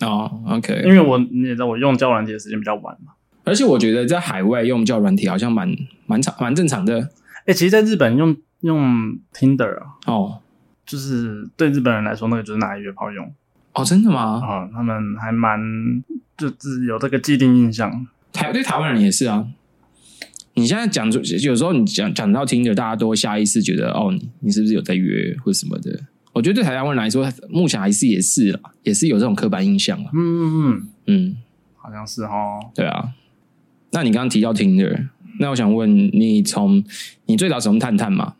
了。哦因，OK。为我你也知道我用交友软体的时间比较晚嘛。而且我觉得在海外用交友软体好像蛮蛮常蛮正常的哎，其实，在日本用用 Tinder 啊，哦就是对日本人来说，那个就是拿来约炮用哦，真的吗？啊、他们还蛮就是有这个既定印象。台对台湾人也是啊。你现在讲出，有时候你讲讲到听着，大家都会下意识觉得哦，你你是不是有在约或什么的？我觉得对台湾人来说，目前还是也是啦，也是有这种刻板印象啊。嗯嗯嗯，嗯，好像是哦。对啊，那你刚刚提到 Tinder，那我想问你从你最早使用探探嘛，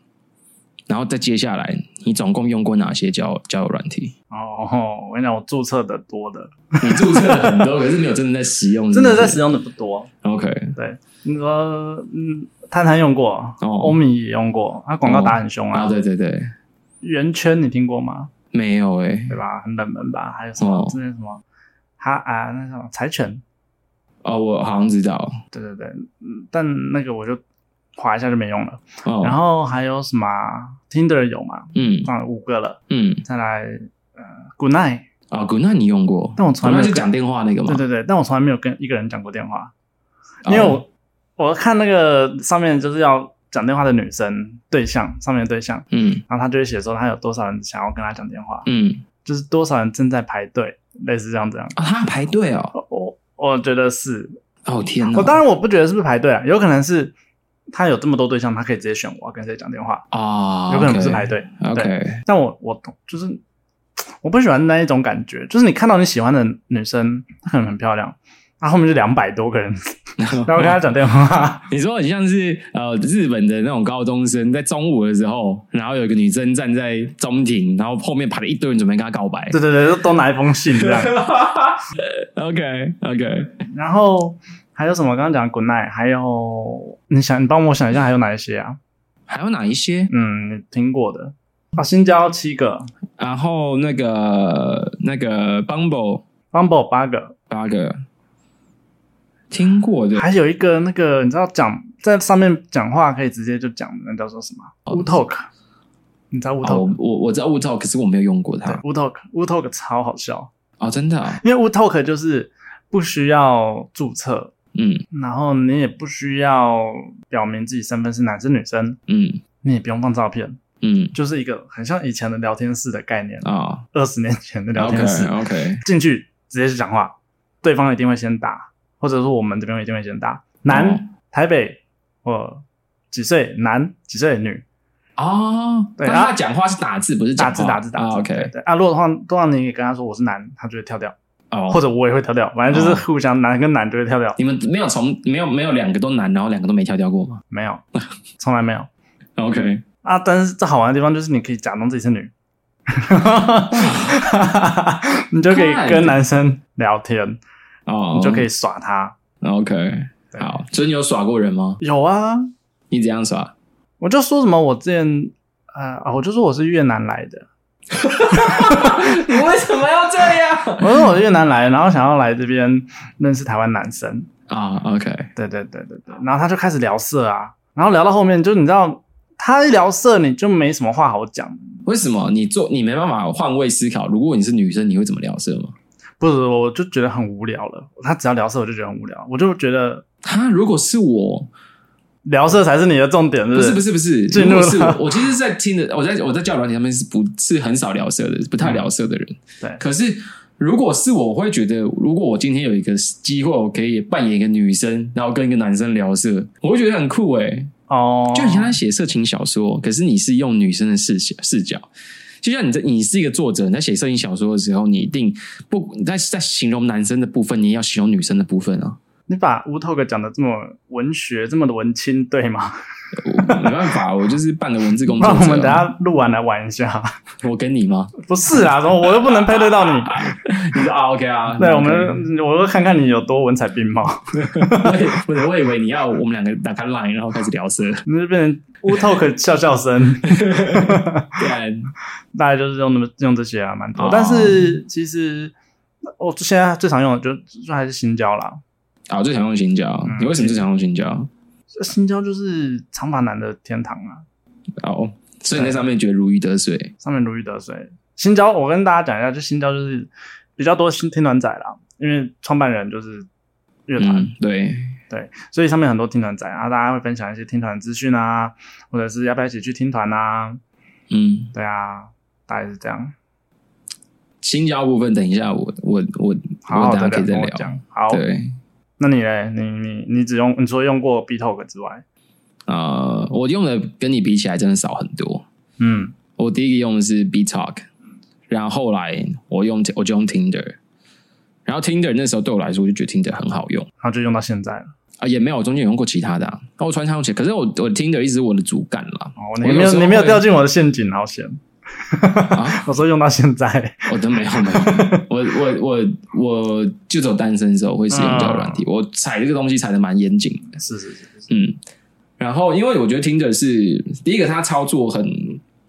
然后再接下来你总共用过哪些交交友软体？哦，我跟你讲，我注册的多的，你注册了很多，可是没有真的在使用真的在使。用的不多。啊 OK，对，你说，嗯，探探用过，哦欧米也用过，它广告打很凶啊，啊。对对对，圆圈你听过吗？没有哎、对吧？很冷门吧？还有什么哦之前什么，哈啊，那什么柴犬，哦，我好像知道对对对，嗯但那个我就划一下就没用了。哦。然后还有什么啊 Tinder 有嘛？嗯啊，五个了，嗯再来呃 Good Night，啊，滚，那你用过？但我从来没有是讲电话那个嘛对，对对，但我从来没有跟一个人讲过电话，因为哦我我看那个上面就是要讲电话的女生对象上面的对象，嗯然后他就会写说他有多少人想要跟他讲电话，嗯就是多少人正在排队，类似这样这样。啊，他排队哦，我我我觉得是，哦天 哪，我当然我不觉得是不是排队啊，有可能是他有这么多对象，他可以直接选我要跟谁讲电话，啊，有可能不是排队。 OK，但我我就是我不喜欢那一种感觉，就是你看到你喜欢的女生，她可能很漂亮，她后面就两百多个人， 然后跟她讲电话， 你说很像是呃日本的那种高中生，在中午的时候，然后有一个女生站在中庭，然后后面排了一堆人准备跟她告白。啊对对对，就都拿一封信这样。 OK OK，然后还有什么？刚刚讲的 Good Night，还有你想你帮我想一下还有哪一些啊？还有哪一些？嗯，你听过的啊，新交七个然后那个那个 Bumble ，Bumble 八个，八个听过的还有一个那个你知道讲在上面讲话可以直接就讲的，那叫做什么？U Talk，你知道 U 哦， Talk？我我我知道 w o t a l 可是我没有用过对它 u Talk，U Talk 超好笑，哦，真的啊、因为 U Talk 就是不需要注册，嗯然后你也不需要表明自己身份是男生女生，嗯你也不用放照片，嗯就是一个很像以前的聊天室的概念，啊、二十、年前的聊 OK 天室哦 OK，进去直接去讲话，对方一定会先打，或者说我们这边一定会先打。男、哦台北，我几岁？男几岁？女哦，对那然后他讲话是打字，不是打讲字话打字打字。啊对 OK 对啊，如果的话，都让你跟他说我是男，他就会跳掉。哦，或者我也会跳掉，反正就是互相难跟难就会跳掉。你们没有从没有没有两个都难，然后两个都没跳掉过吗没有，从来没有？OK，啊！但是这好玩的地方就是你可以假装自己是女， 你就可以跟男生聊天，哦，你就可以以耍他。 OK，对好，所以你有耍过人吗？有啊，你怎样 耍？我就说什么我之前呃啊，我就说我是越南来的，你为什么要这样？我说我是越南来的，然后想要来这边认识台湾男生。 啊，OK，对对对对对，然后他就开始聊色啊，然后聊到后面就你知道，他一聊色你就没什么话好讲。为什么你做你没办法换位思考？如果你是女生，你会怎么聊色吗？不是，我就觉得很无聊了。他只要聊色，我就觉得很无聊。我就觉得哈，如果是我，聊色才是你的重点，不是不是不是是不是，进如入果是了我，我其实，在听的，我在我在教软体上面是不是很少聊色的，不太聊色的人。对可是如果是我，我会觉得，如果我今天有一个机会，我可以扮演一个女生，然后跟一个男生聊色，我会觉得很酷诶、哦，就你像在写色情小说，可是你是用女生的视角视角。就像你在你是一个作者，你在写色情小说的时候，你一定不你在在形容男生的部分，你也要形容女生的部分啊。你把乌托克讲的这么文学，这么的文青，对吗？我没办法，我就是半个文字工作 那者啊。我们等下录完来玩一下。 我跟你吗？不是啊，怎么我又不能配对到 你？你说啊，OK 啊，对，那我 OK 们我就看看你有多文采并茂，我以不是，我以为你要我们两个打开 Line，然后开始聊 色， 你就变成乌托克笑笑 声。不然啊大概就是用那么用这些啊，蛮多。哦但是其实我现在最常用的就就还是新交啦，啊，我最常用新交嗯。你为什么最常用新交？新交就是长发男的天堂啊，哦，所以你在上面觉得如鱼得水。上面如鱼得水。新交，我跟大家讲一下，就新交就是比较多新听团仔啦，因为创办人就是乐团，嗯，对，所以上面很多听团仔啊，大家会分享一些听团资讯啊，或者是要不要一起去听团啊，嗯，对啊，大概是这样。新交部分，等一下我我我好好我等的下可以再跟我聊。讲。好，对，那你嘞？你你你只用你除了用过 B Talk 之外，呃，我用的跟你比起来真的少很多。嗯。我第一个用的是 B Talk，然后后来我用我就用 Tinder，然后 Tinder 那时候对我来说，我就觉得 Tinder 很好用。然后就用到现在了。啊，也没有，我中间有用过其他的、啊，那我穿插用起来。可是我我听的一直是我的主干啦。哦，我你没有时候你没有会掉进我的陷阱，好险！啊， 我说用到现在，我都没有没有，我我我我就走单身的时候会使用交友软体，我踩这个东西踩的蛮严谨的，是是是是，嗯。然后因为我觉得听的是第一个，它操作很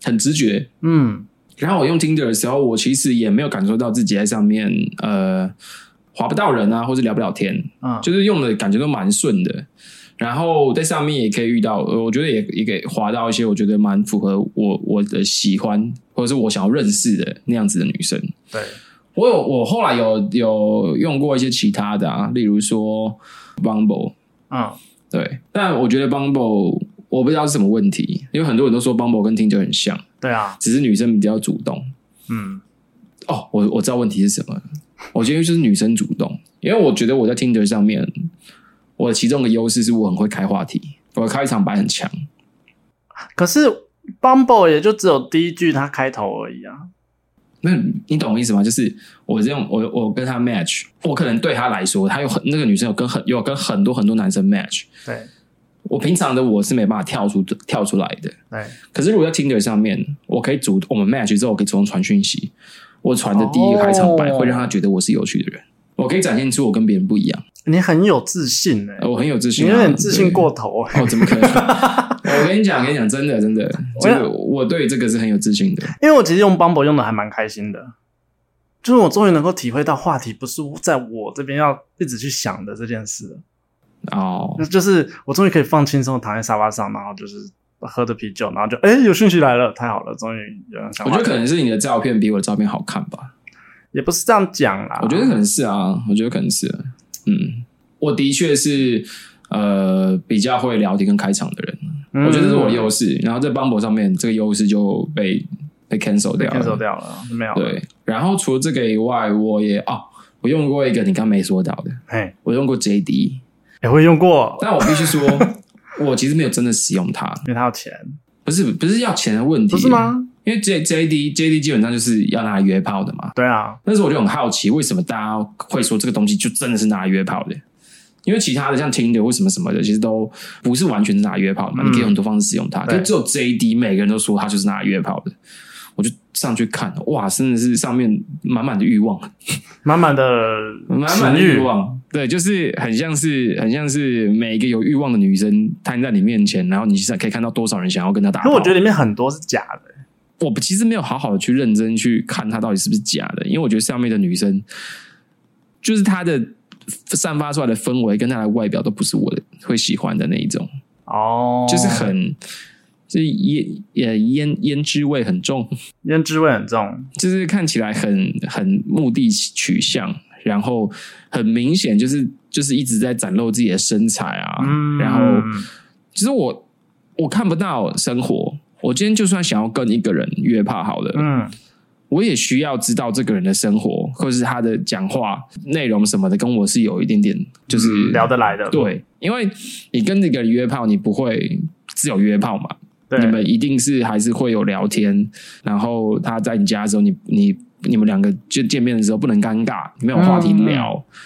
很直觉。嗯，然后我用听的时候，我其实也没有感受到自己在上面呃划不到人啊，或是聊不了天，嗯，就是用的感觉都蛮顺的。然后在上面也可以遇到，呃我觉得也也可以滑到一些我觉得蛮符合我我的喜欢或者是我想要认识的那样子的女生。对，我有我后来有有用过一些其他的啊，例如说 Bumble，嗯，对，但我觉得 Bumble 我不知道是什么问题，因为很多人都说 Bumble 跟 Tinder 很像，对啊，只是女生比较主动。嗯，哦，我我知道问题是什么了，我觉得就是女生主动，因为我觉得我在 Tinder 上面，我其中一个优势是我很会开话题，我的开场白很强。可是 Bumble 也就只有第一句它开头而已啊，那你懂我意思吗？就是我这样，我我跟他 match，我可能对他来说，他有很那个女生有跟很有跟很多很多男生 match，对我平常的我是没办法跳出跳出来的。对，可是如果在 Tinder 上面，我可以主我们 match 之后，我可以主动传讯息，我传的第一个开场白哦会让他觉得我是有趣的人，我可以展现出我跟别人不一样，你很有自信哎、呃我很有自你信、啊，有点自信对过头、欸，哦，怎么 可能？哦我跟你讲，跟你讲，真的，真的，我这要个我对这个是很有自信的。因为我其实用 Bumble 用的还蛮开心的。就是我终于能够体会到话题不是在我这边要一直去想的这件事了，哦就，就是我终于可以放轻松地躺在沙发上，然后就是喝着啤酒，然后就哎有讯息来了，太好了，终于有人想我法觉得可能是你的照片比我的照片好看吧，也不是这样讲啦。我觉得可能是啊，我觉得可能是、啊，嗯，我的确是呃比较会聊天跟开场的人，嗯我觉得这是我的优势。然后在 Bumble 上面，这个优势就被被 cancel 被掉了 cancel 掉了，没有了。对，然后除了这个以外，我也哦，我用过一个你刚没说到的，嘿，我用过 JD，也会用过，但我必 须说，我其实没有真的使用它。因为他要钱，不是不是要钱的问题，啊不是？吗？因为 J J D J D 基本上就是要拿来约炮的嘛。对啊，但是我就很好奇，为什么大家会说这个东西就真的是拿来约炮的？因为其他的像 Tinder 或什么什么的，其实都不是完全是拿来约炮的嘛，嗯你可以有很多方式使用它。对但只有 JD 每个人都说它就是拿来约炮的，我就上去看，哇，真的是上面满满的欲望，满满的满满情的欲欲，望，对，就是很像是很像是每一个有欲望的女生摊在你面前，然后你现在可以看到多少人想要跟她打可炮。我觉得里面很多是假的，我其实没有好好的去认真去看她到底是不是假的，因为我觉得上面的女生，就是她的散发出来的氛围跟她的外表都不是我的会喜欢的那一种，哦，就是很就是烟呃烟烟脂味很重，胭脂味很重，就是看起来很很目的取向，然后很明显就是就是一直在展露自己的身材啊，嗯，然后其实我我看不到生活。我今天就算想要跟一个人约炮好了，嗯，我也需要知道这个人的生活，或是他的讲话内容什么的，跟我是有一点点就是、嗯聊得来的，对，因为你跟这个人约炮，你不会只有约炮嘛，对，你们一定是还是会有聊天，然后他在你家的时候，你你你们两个见见面的时候不能尴尬，没有话题聊。嗯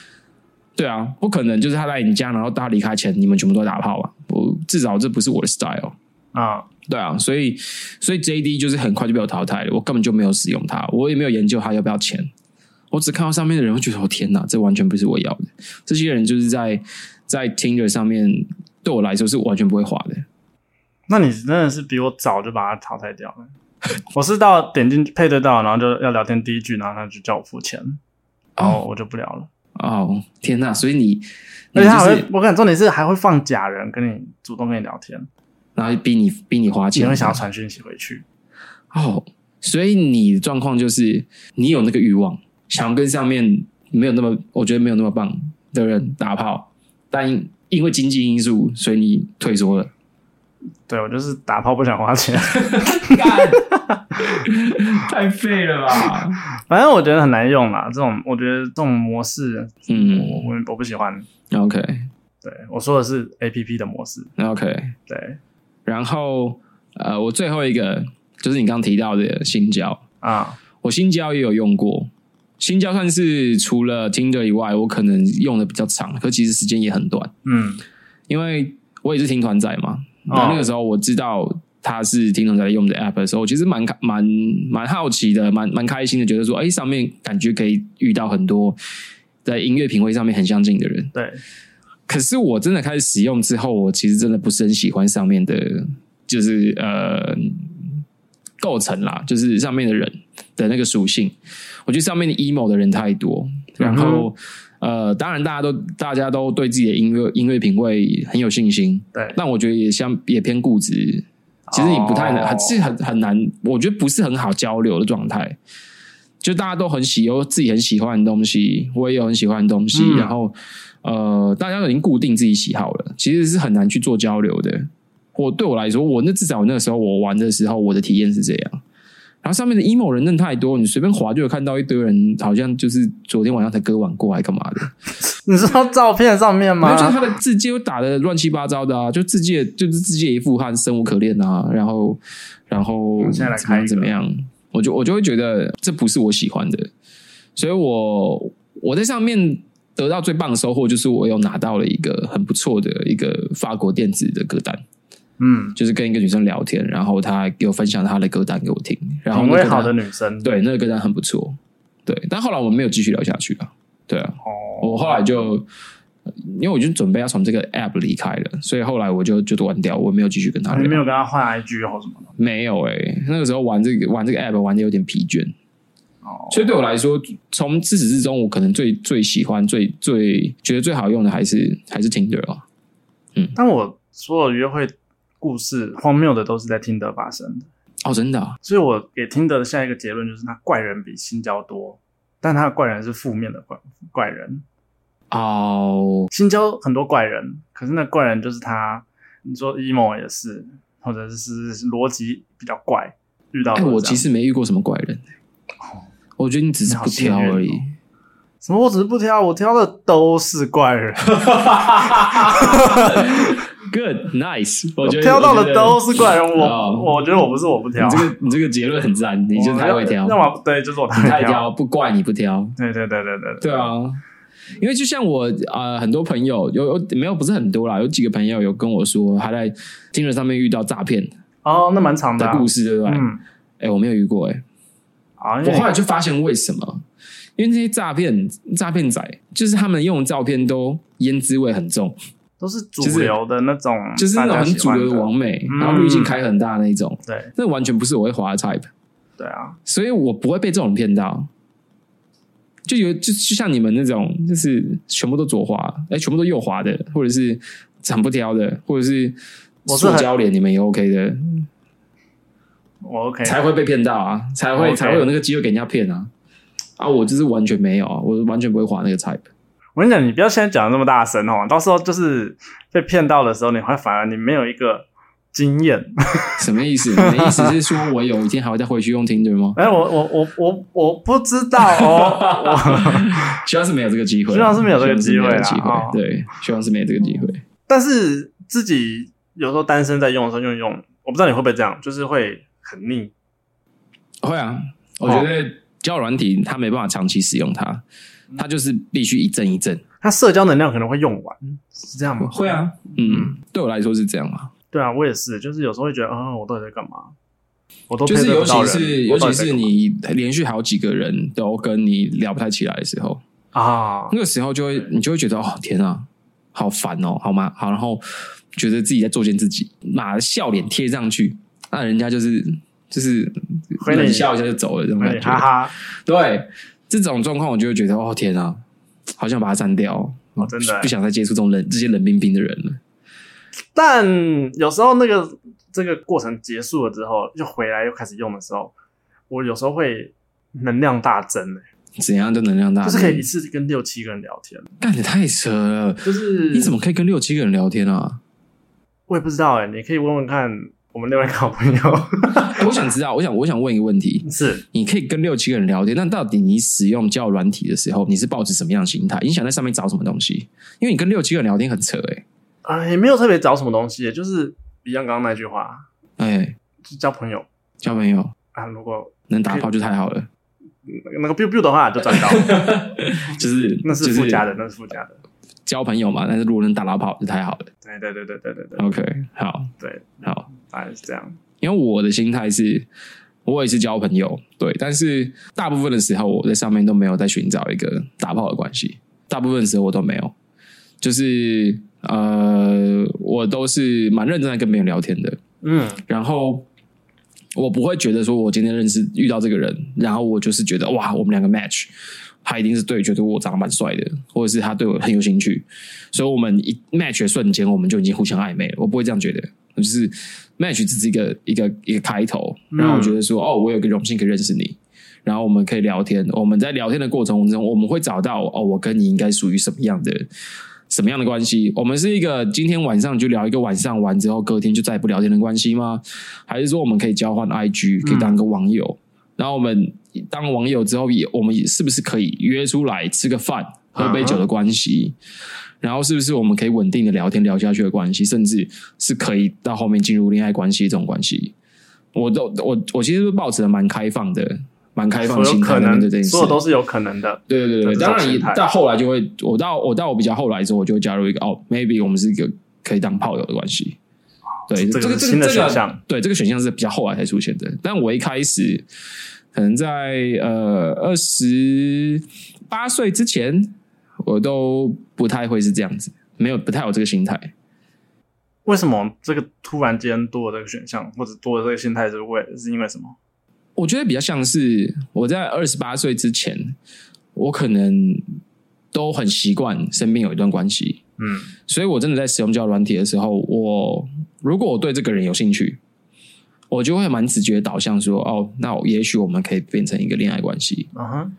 对啊，不可能，就是他来你家，然后他离开前，你们全部都打炮啊！我至少这不是我的 style。啊，对啊，所以所以 JD 就是很快就被我淘汰了，我根本就没有使用它，我也没有研究它要不要钱，我只看到上面的人，我觉得我哦天哪，这完全不是我要的。这些人就是在在 Tinder 上面对我来说是完全不会滑的。那你真的是比我早就把它淘汰掉 了。我是到点进去配对到，然后就要聊天第一句，然后他就叫我付钱，然后我就不聊了。哦，天哪！所以你，而你就且他还会是，我感觉重点是还会放假人跟你主动跟你聊天，然后逼你逼你花你钱，会想要传讯息回去。哦，所以你的状况就是你有那个欲望，想要跟上面没有那么，我觉得没有那么棒的人打炮，但因为经济因素，所以你退缩了。对我就是打炮不想花钱， 干，太废了吧？反正我觉得很难用啦。这种我觉得这种模式，嗯我我我不喜欢。 ，OK 对我说的是 A P P 的模式， OK，对然后呃，我最后一个就是你刚提到的新交，啊，我新交也有用过。新交算是除了 Tinder 以外，我可能用的比较长，可其实时间也很短，嗯因为我也是听团仔嘛。哦那那个时候我知道他是听团仔用的 App 的时候，我其实蛮蛮蛮好奇的，蛮蛮开心的，觉得说，哎，上面感觉可以遇到很多在音乐品味上面很相近的人。对，可是我真的开始使用之后，我其实真的不是很喜欢上面的，就是呃构成啦，就是上面的人的那个属性。我觉得上面的 emo 的人太多，然后、呃，当然大家都大家都对自己的音乐音乐品味很有信心，对但我觉得也相也偏固执。其实你不太能，哦很是很很难，我觉得不是很好交流的状态。就大家都很喜有自己很喜欢的东西，我也有很喜欢的东西，嗯然后呃，大家都已经固定自己喜好了，其实是很难去做交流的。我对我来说，我那至少那个时候我玩的时候，我的体验是这样。然后上面的 emo 人真的太多，你随便滑就有看到一堆人，好像就是昨天晚上才割腕过来干嘛的。你知道照片上面吗那？就是他的字迹又打的乱七八糟的啊，就字迹就是字迹一副汗，生无可恋啊，然后然后们怎现在么来样开一个怎么样，我就我就会觉得这不是我喜欢的，所以我我在上面得到最棒的收获就是我有拿到了一个很不错的一个法国电子的歌单，嗯，就是跟一个女生聊天，然后她给我分享她的歌单给我听，然后品那个味歌单好的女生，对那个歌单很不错，对，但后来我没有继续聊下去啊，对啊，哦，我后来就，呃因为我就准备要从这个 app 离开了，所以后来我就就关掉，我没有继续跟他啊你没聊。有跟他换 IG 或什么的没有诶、那个时候玩这个玩这个 app 玩的有点疲倦，哦，所以对我来说，从自始至终，我可能最最喜欢、最最觉得最好用的还是还是 Tinder 啊。但我所有约会故事荒谬的都是在听德发生的，哦，真的啊、所以我给听德的下一个结论就是，他怪人比新交多，但他的怪人是负面的怪怪人，哦，新交很多怪人，可是那怪人就是他，你说 emo 也是，或者是是逻辑比较怪，遇到哎、的这样哦我其实没遇过什么怪人、欸我觉得你只是不挑而已你好幸运。哦什么我只是不挑，我挑的都是怪人， Good, nice。我 我觉得挑到我觉得的都是怪人，我哦我觉得我不是我不挑你，这个你这个结论很赞，你就是太会挑那，么对，就是我太太挑，挑不怪你不挑。对对对对对对啊，因为就像我呃，很多朋友有有没有不是很多啦，有几个朋友有跟我说他在听着上面遇到诈骗哦，那蛮长的的啊，故事，对不对？哎、嗯，我没有遇过哎、啊，因我后为来就发现为什么？因为那些诈骗诈骗仔，就是他们用的照片都腌滋味很重，都是主就是流的那种，就是那种大家很喜主欢流的的完美，嗯然后滤镜开很大那一种，对那完全不是我会滑的 type，对啊，所以我不会被这种骗到。就有就就像你们那种，就是全部都左滑，哎、全部都右滑的，或者是很不挑的，或者是我是很塑胶脸，你们也 OK 的，我 OK，才会被骗到啊，才会哎 OK 才会有那个机会给人家骗啊。啊，我就是完全没有啊，我完全不会滑那个 type。我跟你讲，你不要现在讲的那么大声哦，到时候就是被骗到的时候，你会反而你没有一个经验。什么意 思？你的意思是说我有一天还会再回去用 Tinder 吗？哎，我我我我我不知道哦，我希望是没有这个机会，啊希望是没有这个机希会望啦是没有机会哦对，希望是没有这个机会。但是自己有时候单身在用的时候用一用，我不知道你会不会这样，就是会很腻。会啊，哦我觉得交友软体它没办法长期使用它，它就是必须一阵一阵。它社交能量可能会用完，是这样吗？，，嗯，对我来说是这样啊，对啊，我也是，就是有时候会觉得，嗯，我到底在干嘛？我都就是配对尤不到其人是我尤到其底在是干嘛你连续好几个人都跟你聊不太起来的时候，啊，那个时候就会你就会觉得哦天啊，好烦哦，好吗？好，然后觉得自己在作践自己，妈的笑脸贴上去，那人家就是就是回你冷笑一下就走了 这种感哎哈觉。哈，对这种状况，我就会觉得哦天啊，好想把它删掉哦，哦真的不不想再接触这种冷这些冷冰冰的人了。但有时候那个这个过程结束了之后，又回来又开始用的时候，我有时候会能量大增、欸，怎样就能量大就增？是可以一次跟六七个人聊天，干你太扯了！就是嗯你怎么可以跟六七个人聊天啊？我也不知道哎、你可以问问看我们另外一个好 朋友，哎我想知道，我想我想问一个问题：是你可以跟六七个人聊天，那到底你使用交友软体的时候，你是抱持什么样的心态？你想在上面找什么东西？因为你跟六七个人聊天很扯哎、啊、也没有特别找什么东西、欸就是一样刚刚那句话，欸、哎、就交朋友交朋友啊，如果能打炮就太好了，那个 biu biu 的话就赚 到了，就是那是附加的，就那是附加的，是交朋友嘛。但是如果能打到炮就太好了。对对对对对对对 OK，好对，好，大概是这样，因为我的心态是，我也是交朋友，对，但是大部分的时候我在上面都没有在寻找一个打炮的关系，大部分的时候我都没有，就是呃，我都是蛮认真在跟别人聊天的，嗯，然后我不会觉得说我今天认识遇到这个人，然后我就是觉得哇，我们两个 match，他一定是对觉得我长得蛮帅的，或者是他对我很有兴趣，所以我们一 match 的瞬间我们就已经互相暧昧了。我不会这样觉得，就是 match 只是一个一个一个开头，嗯然后我觉得说、哦，我有个荣幸可以认识你。然后我们可以聊天，我们在聊天的过程中，我们会找到哦，我跟你应该属于什么样的什么样的关系？我们是一个今天晚上就聊一个晚上，完之后隔天就再也不聊天的关系吗？还是说我们可以交换 IG，可以当个网友？然后我们当网友之后也，我们也是不是可以约出来吃个饭、喝杯酒的关系？然后是不是我们可以稳定的聊天聊下去的关系，甚至是可以到后面进入恋爱关系这种关系？我都我我其实是抱持的蛮开放的，蛮开放所有心可态来面对这能，件事所有都是有可能的，对对对对，这种当然也心态到后来就会，我到我到我比较后来之后，我就会加入一个哦，maybe 我们是一个可以当炮友的关系。对，这这个个是新的这个选项对这个选项是比较后来才出现的。但我一开始可能在呃二十八岁之前，我都不太会是这样子，没有不太有这个心态。为什么这个突然间多了这个选项，或者多了这个心态，是为是因为什么？我觉得比较像是我在二十八岁之前，我可能都很习惯身边有一段关系，嗯所以我真的在使用交友软体的时候，我如果我对这个人有兴趣，我就会蛮直觉导向说，哦，那我也许我们可以变成一个恋爱关系。嗯哼，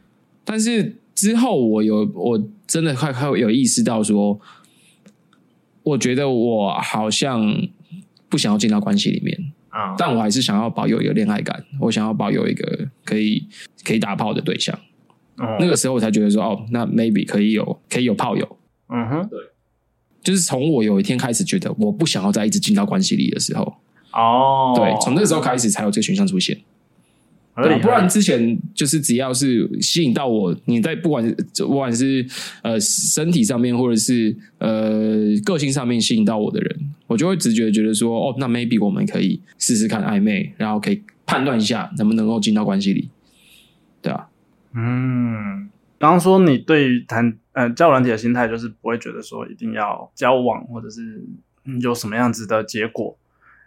但是之后我有我真的快快有意识到说，我觉得我好像不想要进到关系里面，啊，但我还是想要保有一个恋爱感，我想要保有一个可以可以打炮的对象。哦那个时候我才觉得说，哦，那 maybe 可以有可以有炮友。嗯哼，就是从我有一天开始觉得我不想要再一直进到关系里的时候，哦，对，从那个时候开始才有这个选项出现。合理对啊不合然理之前就是只要是吸引到我，你在不管不管是呃身体上面，或者是呃个性上面吸引到我的人，我就会直觉觉得说，哦，那 maybe 我们可以试试看暧昧，然后可以判断一下能不能够进到关系里，对啊，嗯，刚刚说你对于谈呃交友软体的心态，就是不会觉得说一定要交往或者是嗯有什么样子的结果。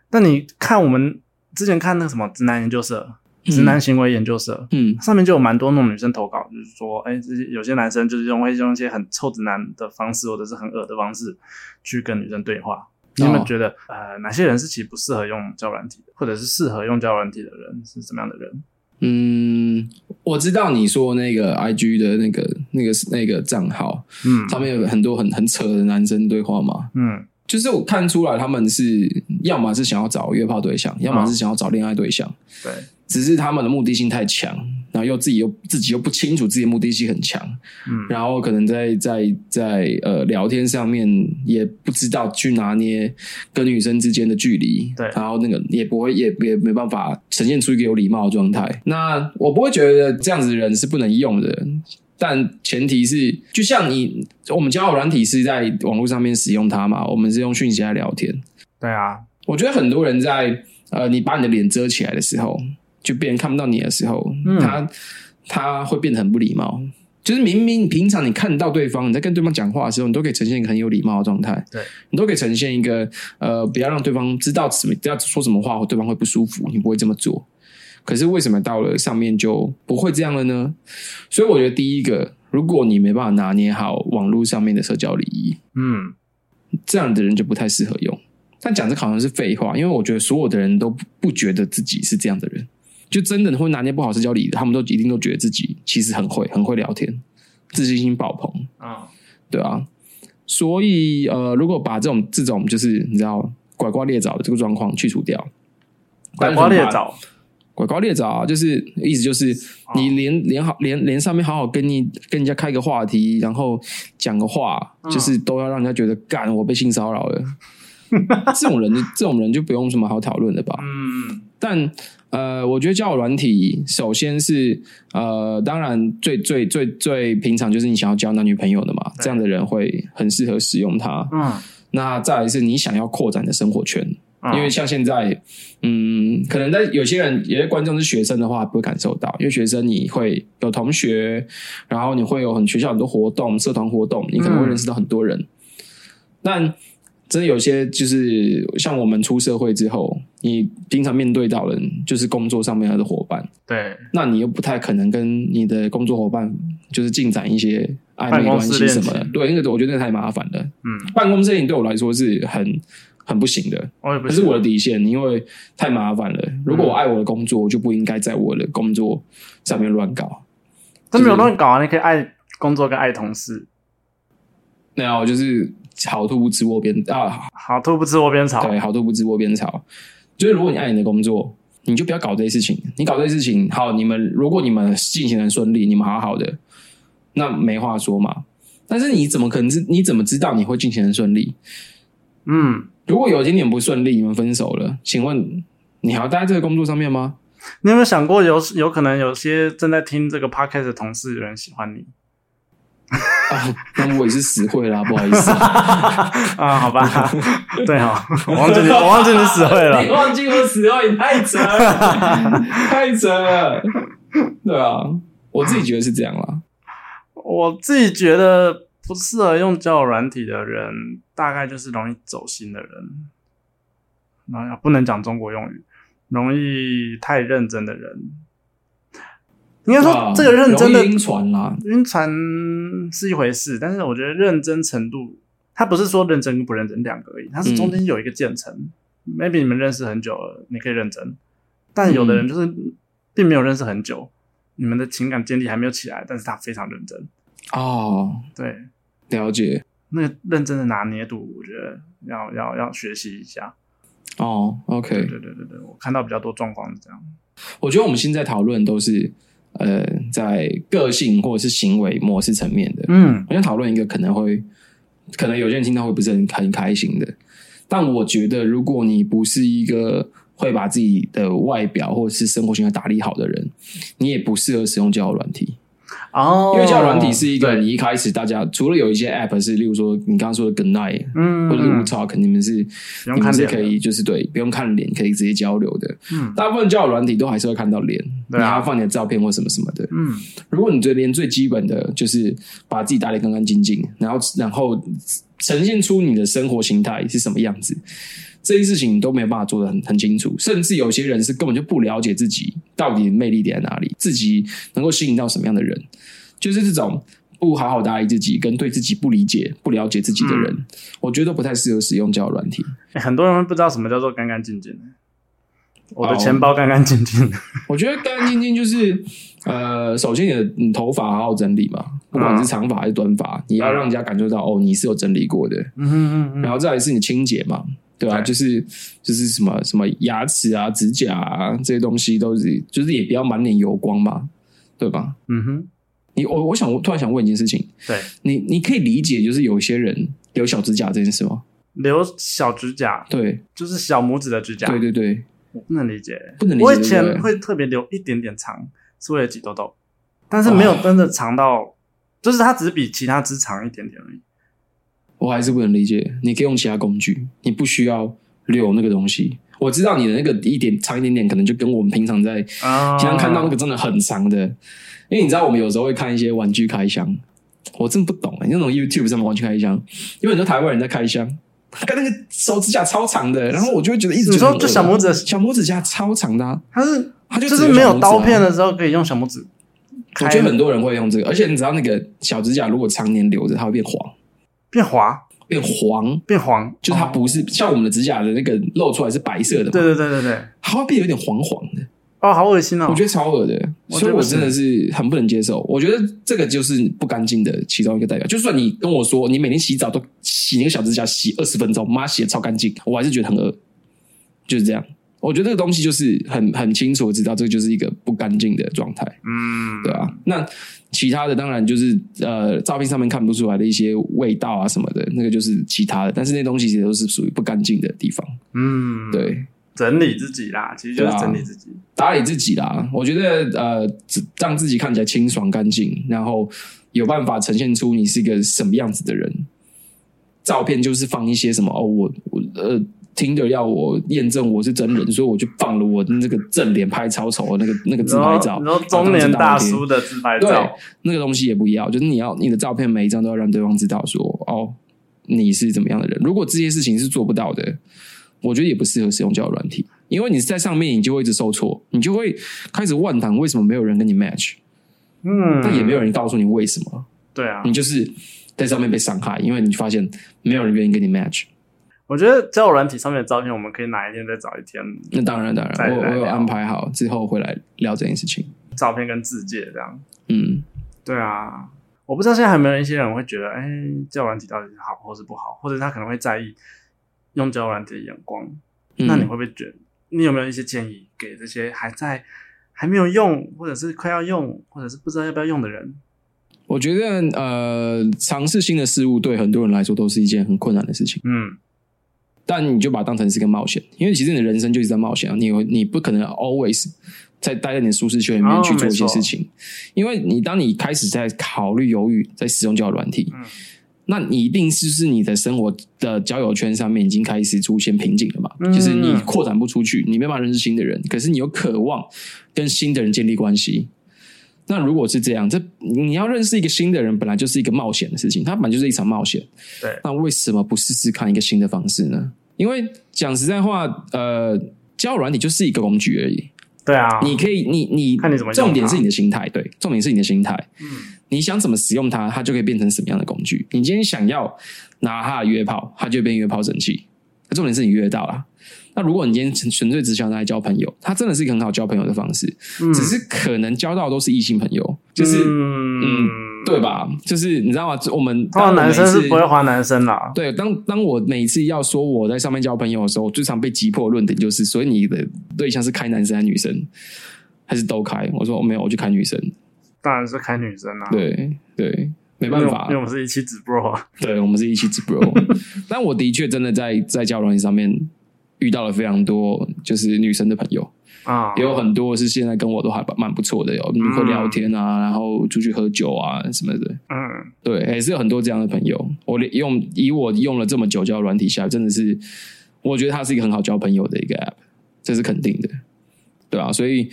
但你看我们之前看那个什么直男研究社、直男行为研究社，嗯，上面就有蛮多那种女生投稿，就是说，哎、这些有些男生就是用会用一些很臭直男的方式，或者是很恶的方式去跟女生对哦话。你有没有觉得，呃，哪些人是其实不适合用交友软体的，或者是适合用交友软体的人是怎么样的人？嗯，我知道你说那个 I G 的那个那个那个账号嗯上面有很多很很扯的男生对话嘛，嗯就是我看出来他们是要么是想要找约炮对象，要么是想要找恋爱对象，对，只是他们的目的性太强，然后又自己又自己又不清楚自己的目的性很强，嗯然后可能在在在呃聊天上面也不知道去拿捏跟女生之间的距离，对然后那个也不会也也没办法呈现出一个有礼貌的状态。那我不会觉得这样子的人是不能用的。但前提是，就像你，我们交友软体是在网络上面使用它嘛，我们是用讯息来聊天。对啊，我觉得很多人在呃，你把你的脸遮起来的时候，就别人看不到你的时候，嗯他他会变得很不礼貌。就是明明平常你看到对方，你在跟对方讲话的时候，你都可以呈现一个很有礼貌的状态，对你都可以呈现一个呃，不要让对方知道什么，不要说什么话，对方会不舒服，你不会这么做。可是为什么到了上面就不会这样了呢？所以我觉得第一个，如果你没办法拿捏好网络上面的社交礼仪，嗯。这样的人就不太适合用。但讲这个好像是废话，因为我觉得所有的人都不不觉得自己是这样的人，就真的会拿捏不好社交礼仪的，他们都一定都觉得自己其实很会，很会聊天，自信心爆棚，啊，对啊。所以呃，如果把这种这种就是你知道拐瓜裂枣的这个状况去除掉，拐瓜裂，枣，拐瓜裂枣啊就是意思就是哦你连连好连连上面好好跟你跟人家开个话题，然后讲个话，嗯就是都要让人家觉得干我被性骚扰了。 这种人，这种人就不用什么好讨论的吧？嗯，但呃，我觉得交友软体，首先是呃，当然最最最最平常就是你想要交男女朋友的嘛，对这样的人会很适合使用它。嗯那再来是你想要扩展你的生活圈，嗯，因为像现在，嗯，可能在有些人，有些观众是学生的话，不会感受到，因为学生你会有同学，然后你会有很学校很多活动、社团活动，你可能会认识到很多人。嗯但真的有些就是像我们出社会之后，你平常面对到的人就是工作上面的伙伴，对那你又不太可能跟你的工作伙伴就是进展一些暧昧办公关室系什么恋的情。对，那个我觉得那太麻烦了。嗯，办公室恋情对我来说是很很不行的。我也不可是我的底线，因为太麻烦了。如果我爱我的工作，我就不应该在我的工作上面乱搞。真没有乱搞啊，你可以爱工作跟爱同事，那我就是好兔不吃窝边啊，好兔不吃窝边草，对，好兔不吃窝边草。就是如果你爱你的工作，你就不要搞这些事情。你搞这些事情，好，你们如果你们进行的顺利，你们好好的，那没话说嘛。但是你怎么可能知？你怎么知道你会进行的顺利？嗯，如果有一点点不顺利，你们分手了，请问你还要待在这个工作上面吗？你有没有想过有有可能有些正在听这个 podcast 的同事有人喜欢你啊，那我也是死会啦，不好意思、啊。啊？好吧， 对哦，我忘记你，我忘记你死会 你了，忘记我死后，你太扯了，太扯了。对啊，我自己觉得是这样啦。我自己觉得不适合用交友软体的人，大概就是容易走心的人，然后不能讲中国用语，容易太认真的人。应该他说，这个认真的啊晕船啦，晕船嗯是一回事，但是我觉得认真程度，它不是说认真跟不认真两个而已，它是中间有一个渐层。Maybe 你们认识很久了，你可以认真，但有的人就是并没有认识很久，你们的情感建立还没有起来，但是他非常认真。哦，对，了解那个认真的拿捏度，我觉得要要要学习一下。哦对，OK。对对对对，我看到比较多状况是这样。我觉得我们现在讨论都是呃，在个性或者是行为模式层面的。嗯我想讨论一个可能会可能有些人听到会不是很很开心的。但我觉得，如果你不是一个会把自己的外表或者是生活形态打理好的人，你也不适合使用交友软体，哦，因为交友软体是一个对你一开始大家除了有一些 app 是，例如说你刚刚说的 Good Night 嗯，或者是 w Talk，你们是不用你看们是脸可的，以就是对不用看脸，可以直接交流的。嗯大部分交友软体都还是会看到脸，对啊你还要放你的照片或什么什么的。嗯，如果你最连最基本的就是把自己打理干干净净，然后然后呈现出你的生活形态是什么样子，这件事情你都没有办法做的很很清楚，甚至有些人是根本就不了解自己到底魅力点在哪里，自己能够吸引到什么样的人，就是这种。不好好打理自己，跟对自己不理解、不了解自己的人，我觉得都不太适合使用交友软体。欸 很多人会不知道什么叫做干干净净。我的哦钱包干干净净， 我觉得干干净净就是，呃，首先你的你头发好好整理嘛，不管嗯是长发还是短发，你要让人家感受到哦，你是有整理过的。嗯嗯然后再来是你清洁嘛，对吧、啊？对就是就是什么什么牙齿啊、指甲啊这些东西都是，就是也不要满脸油光嘛，对吧？嗯哼，你我我想突然想问一件事情，对，你你可以理解就是有些人留小指甲这件事吗？留小指甲对就是小拇指的指甲，对对对，我不能理解，不能理解我以对不前对会特别留一点点长，是为了挤痘痘，但是没哦有真的长到，就是它只比其他只长一点点而已。我还是不能理解，你可以用其他工具，你不需要留那个东西。我知道你的那个一点长一点点，可能就跟我们平常在平啊，常看到那个真的很长的，因为你知道我们有时候会看一些玩具开箱，我真的不懂、欸、那种 YouTube 上面玩具开箱，因为很多台湾人在开箱，看那个手指甲超长的，然后我就会觉得一直你觉得说很就恶小拇指的小拇指甲超长的、啊，它是它就就只是没小拇有指刀啊片的时候可以用小拇指我开，觉得很多人会用这个，而且你知道那个小指甲如果常年留着，它会变黄，变滑变黄，变黄，就是它哦不是像我们的指甲的那个露出来是白色的嘛，对对对对对，它会变有点黄黄的，哦，好恶心哦，我觉得超恶的，我所以觉得我是真的是很不能接受。我觉得这个就是不干净的其中一个代表。就算你跟我说你每天洗澡都洗那个小指甲洗二十分钟，妈洗的超干净，我还是觉得很恶，就是这样。我觉得这个东西就是很很清楚地知道，这个就是一个不干净的状态。嗯，对啊，那其他的当然就是呃，照片上面看不出来的一些味道啊什么的，那个就是其他的。但是那东西其实都是属于不干净的地方。嗯，对，整理自己啦，其实啊就是整理自己。打理自己啦，我觉得呃，只让自己看起来清爽干净，然后有办法呈现出你是一个什么样子的人。照片就是放一些什么哦，我我呃，听着要我验证我是真人，所以我就放了我那个正脸拍超丑的那个那个自然后拍照，然后当中成年大贴叔的自拍对照，那个东西也不要，就是你要你的照片每一张都要让对方知道说哦你是怎么样的人。如果这些事情是做不到的，我觉得也不适合使用交友软体，因为你在上面你就会一直受挫，你就会开始万谈为什么没有人跟你 match，嗯，但也没有人嗯告诉你为什么，对啊你。就是在上面被伤害，因为你发现没有人愿意跟你 match。我觉得交友软体上面的照片，我们可以哪一天再找一天那当然当再然，来我我有聊安排好之后会来聊这件事情。照片跟字界这样。嗯，对啊，我不知道现在还有没有一些人会觉得，哎、交友软体到底是好或是不好，或者他可能会在意用交友软体的眼光。嗯那你会不会觉得，你有没有一些建议给这些还在还没有用，或者是快要用，或者是不知道要不要用的人？我觉得呃，尝试新的事物对很多人来说都是一件很困难的事情。嗯，但你就把它当成是个冒险，因为其实你的人生就一直在冒险啊，你有你不可能 always 在待在你的舒适圈里哦面去做一些没错事情，因为你当你开始在考虑、犹豫、在使用交友软体，嗯那你一定是是你的生活的交友圈上面已经开始出现瓶颈了嘛？嗯就是你扩展不出去，你没办法认识新的人，可是你又渴望跟新的人建立关系。那如果是这样，这你要认识一个新的人，本来就是一个冒险的事情，它本来就是一场冒险。对那为什么不试试看一个新的方式呢？因为讲实在话，呃，交友软体就是一个工具而已。对啊，你可以，你你看你怎么用它重点是你的心态，对，重点是你的心态。嗯你想怎么使用它，它就可以变成什么样的工具。你今天想要拿它来约炮，它就变约炮神器。重点是你约得到啦。那如果你今天纯纯粹只想拿来交朋友，它真的是一个很好交朋友的方式，嗯，只是可能交到的都是异性朋友，就是、嗯对吧？就是你知道吗？我们通常当我男每生是次不会划男生啊啦。对，当当我每次要说我在上面交朋友的时候，我最常被击破的论点就是，所以你的对象是开男生还是女生，还是都开？我说、哦没有，我就开女生。当然是开女生啦、啊对对，没办法啊因为我们是一期直播啊，对，我们是一起直 bro。但我的确真的在在交友软件上面遇到了非常多就是女生的朋友，啊，也有很多是现在跟我都还蛮不错的哟，能够聊天啊，然后出去喝酒啊什么的。嗯对，也是有很多这样的朋友。我连用以我用了这么久交友软体下，真的是我觉得它是一个很好交朋友的一个 app，这是肯定的，对啊，所以，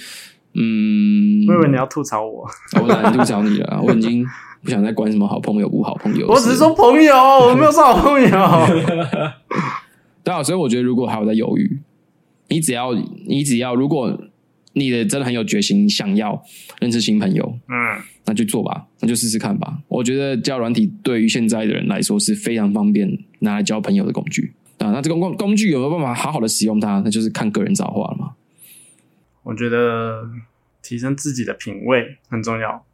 嗯，我以为你要吐槽我，我懒得吐槽你了啊，我已经不想再管什么好朋友不好朋友的事。我只是说朋友，我没有说好 朋友。对啊，所以我觉得如果还有在犹豫，你只要你只要如果你的真的很有决心，想要认识新朋友，嗯，那就做吧，那就试试看吧。我觉得交友软体对于现在的人来说是非常方便拿来交朋友的工具啊。那这个工工具有没有办法好好的使用它，那就是看个人造化了嘛。我觉得提升自己的品味很重要。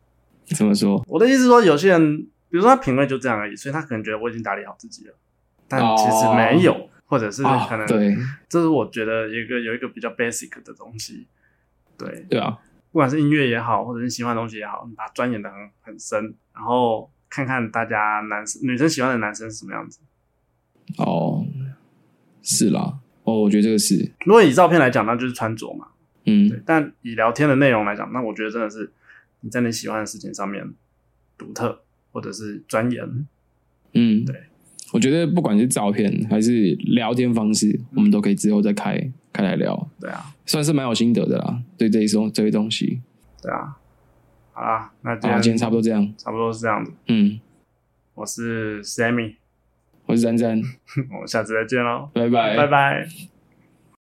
怎么说？我的意思是说，有些人，比如说他品味就这样而已，所以他可能觉得我已经打理好自己了，但哦其实没有，或者是啊可能、，对这是我觉得有一个有一个比较 basic 的东西。对，对啊，不管是音乐也好，或者是喜欢的东西也好，你把它钻研的很很深，然后看看大家男生女生喜欢的男生是什么样子。哦，是啦，哦，我觉得这个是，如果以照片来讲，那就是穿着嘛。嗯对，但以聊天的内容来讲，那我觉得真的是你在你喜欢的事情上面独特，或者是钻研。嗯，对。我觉得不管是照片还是聊天方式，我们都可以之后再开开来聊，对啊，算是蛮有心得的啦。对这一种这些东西，对啊。好啦，那今啊，今天天差不多这样。差不多是这样子。嗯，我是 Sammy， 我是珊珊，我们下次再见喽，拜拜，拜拜。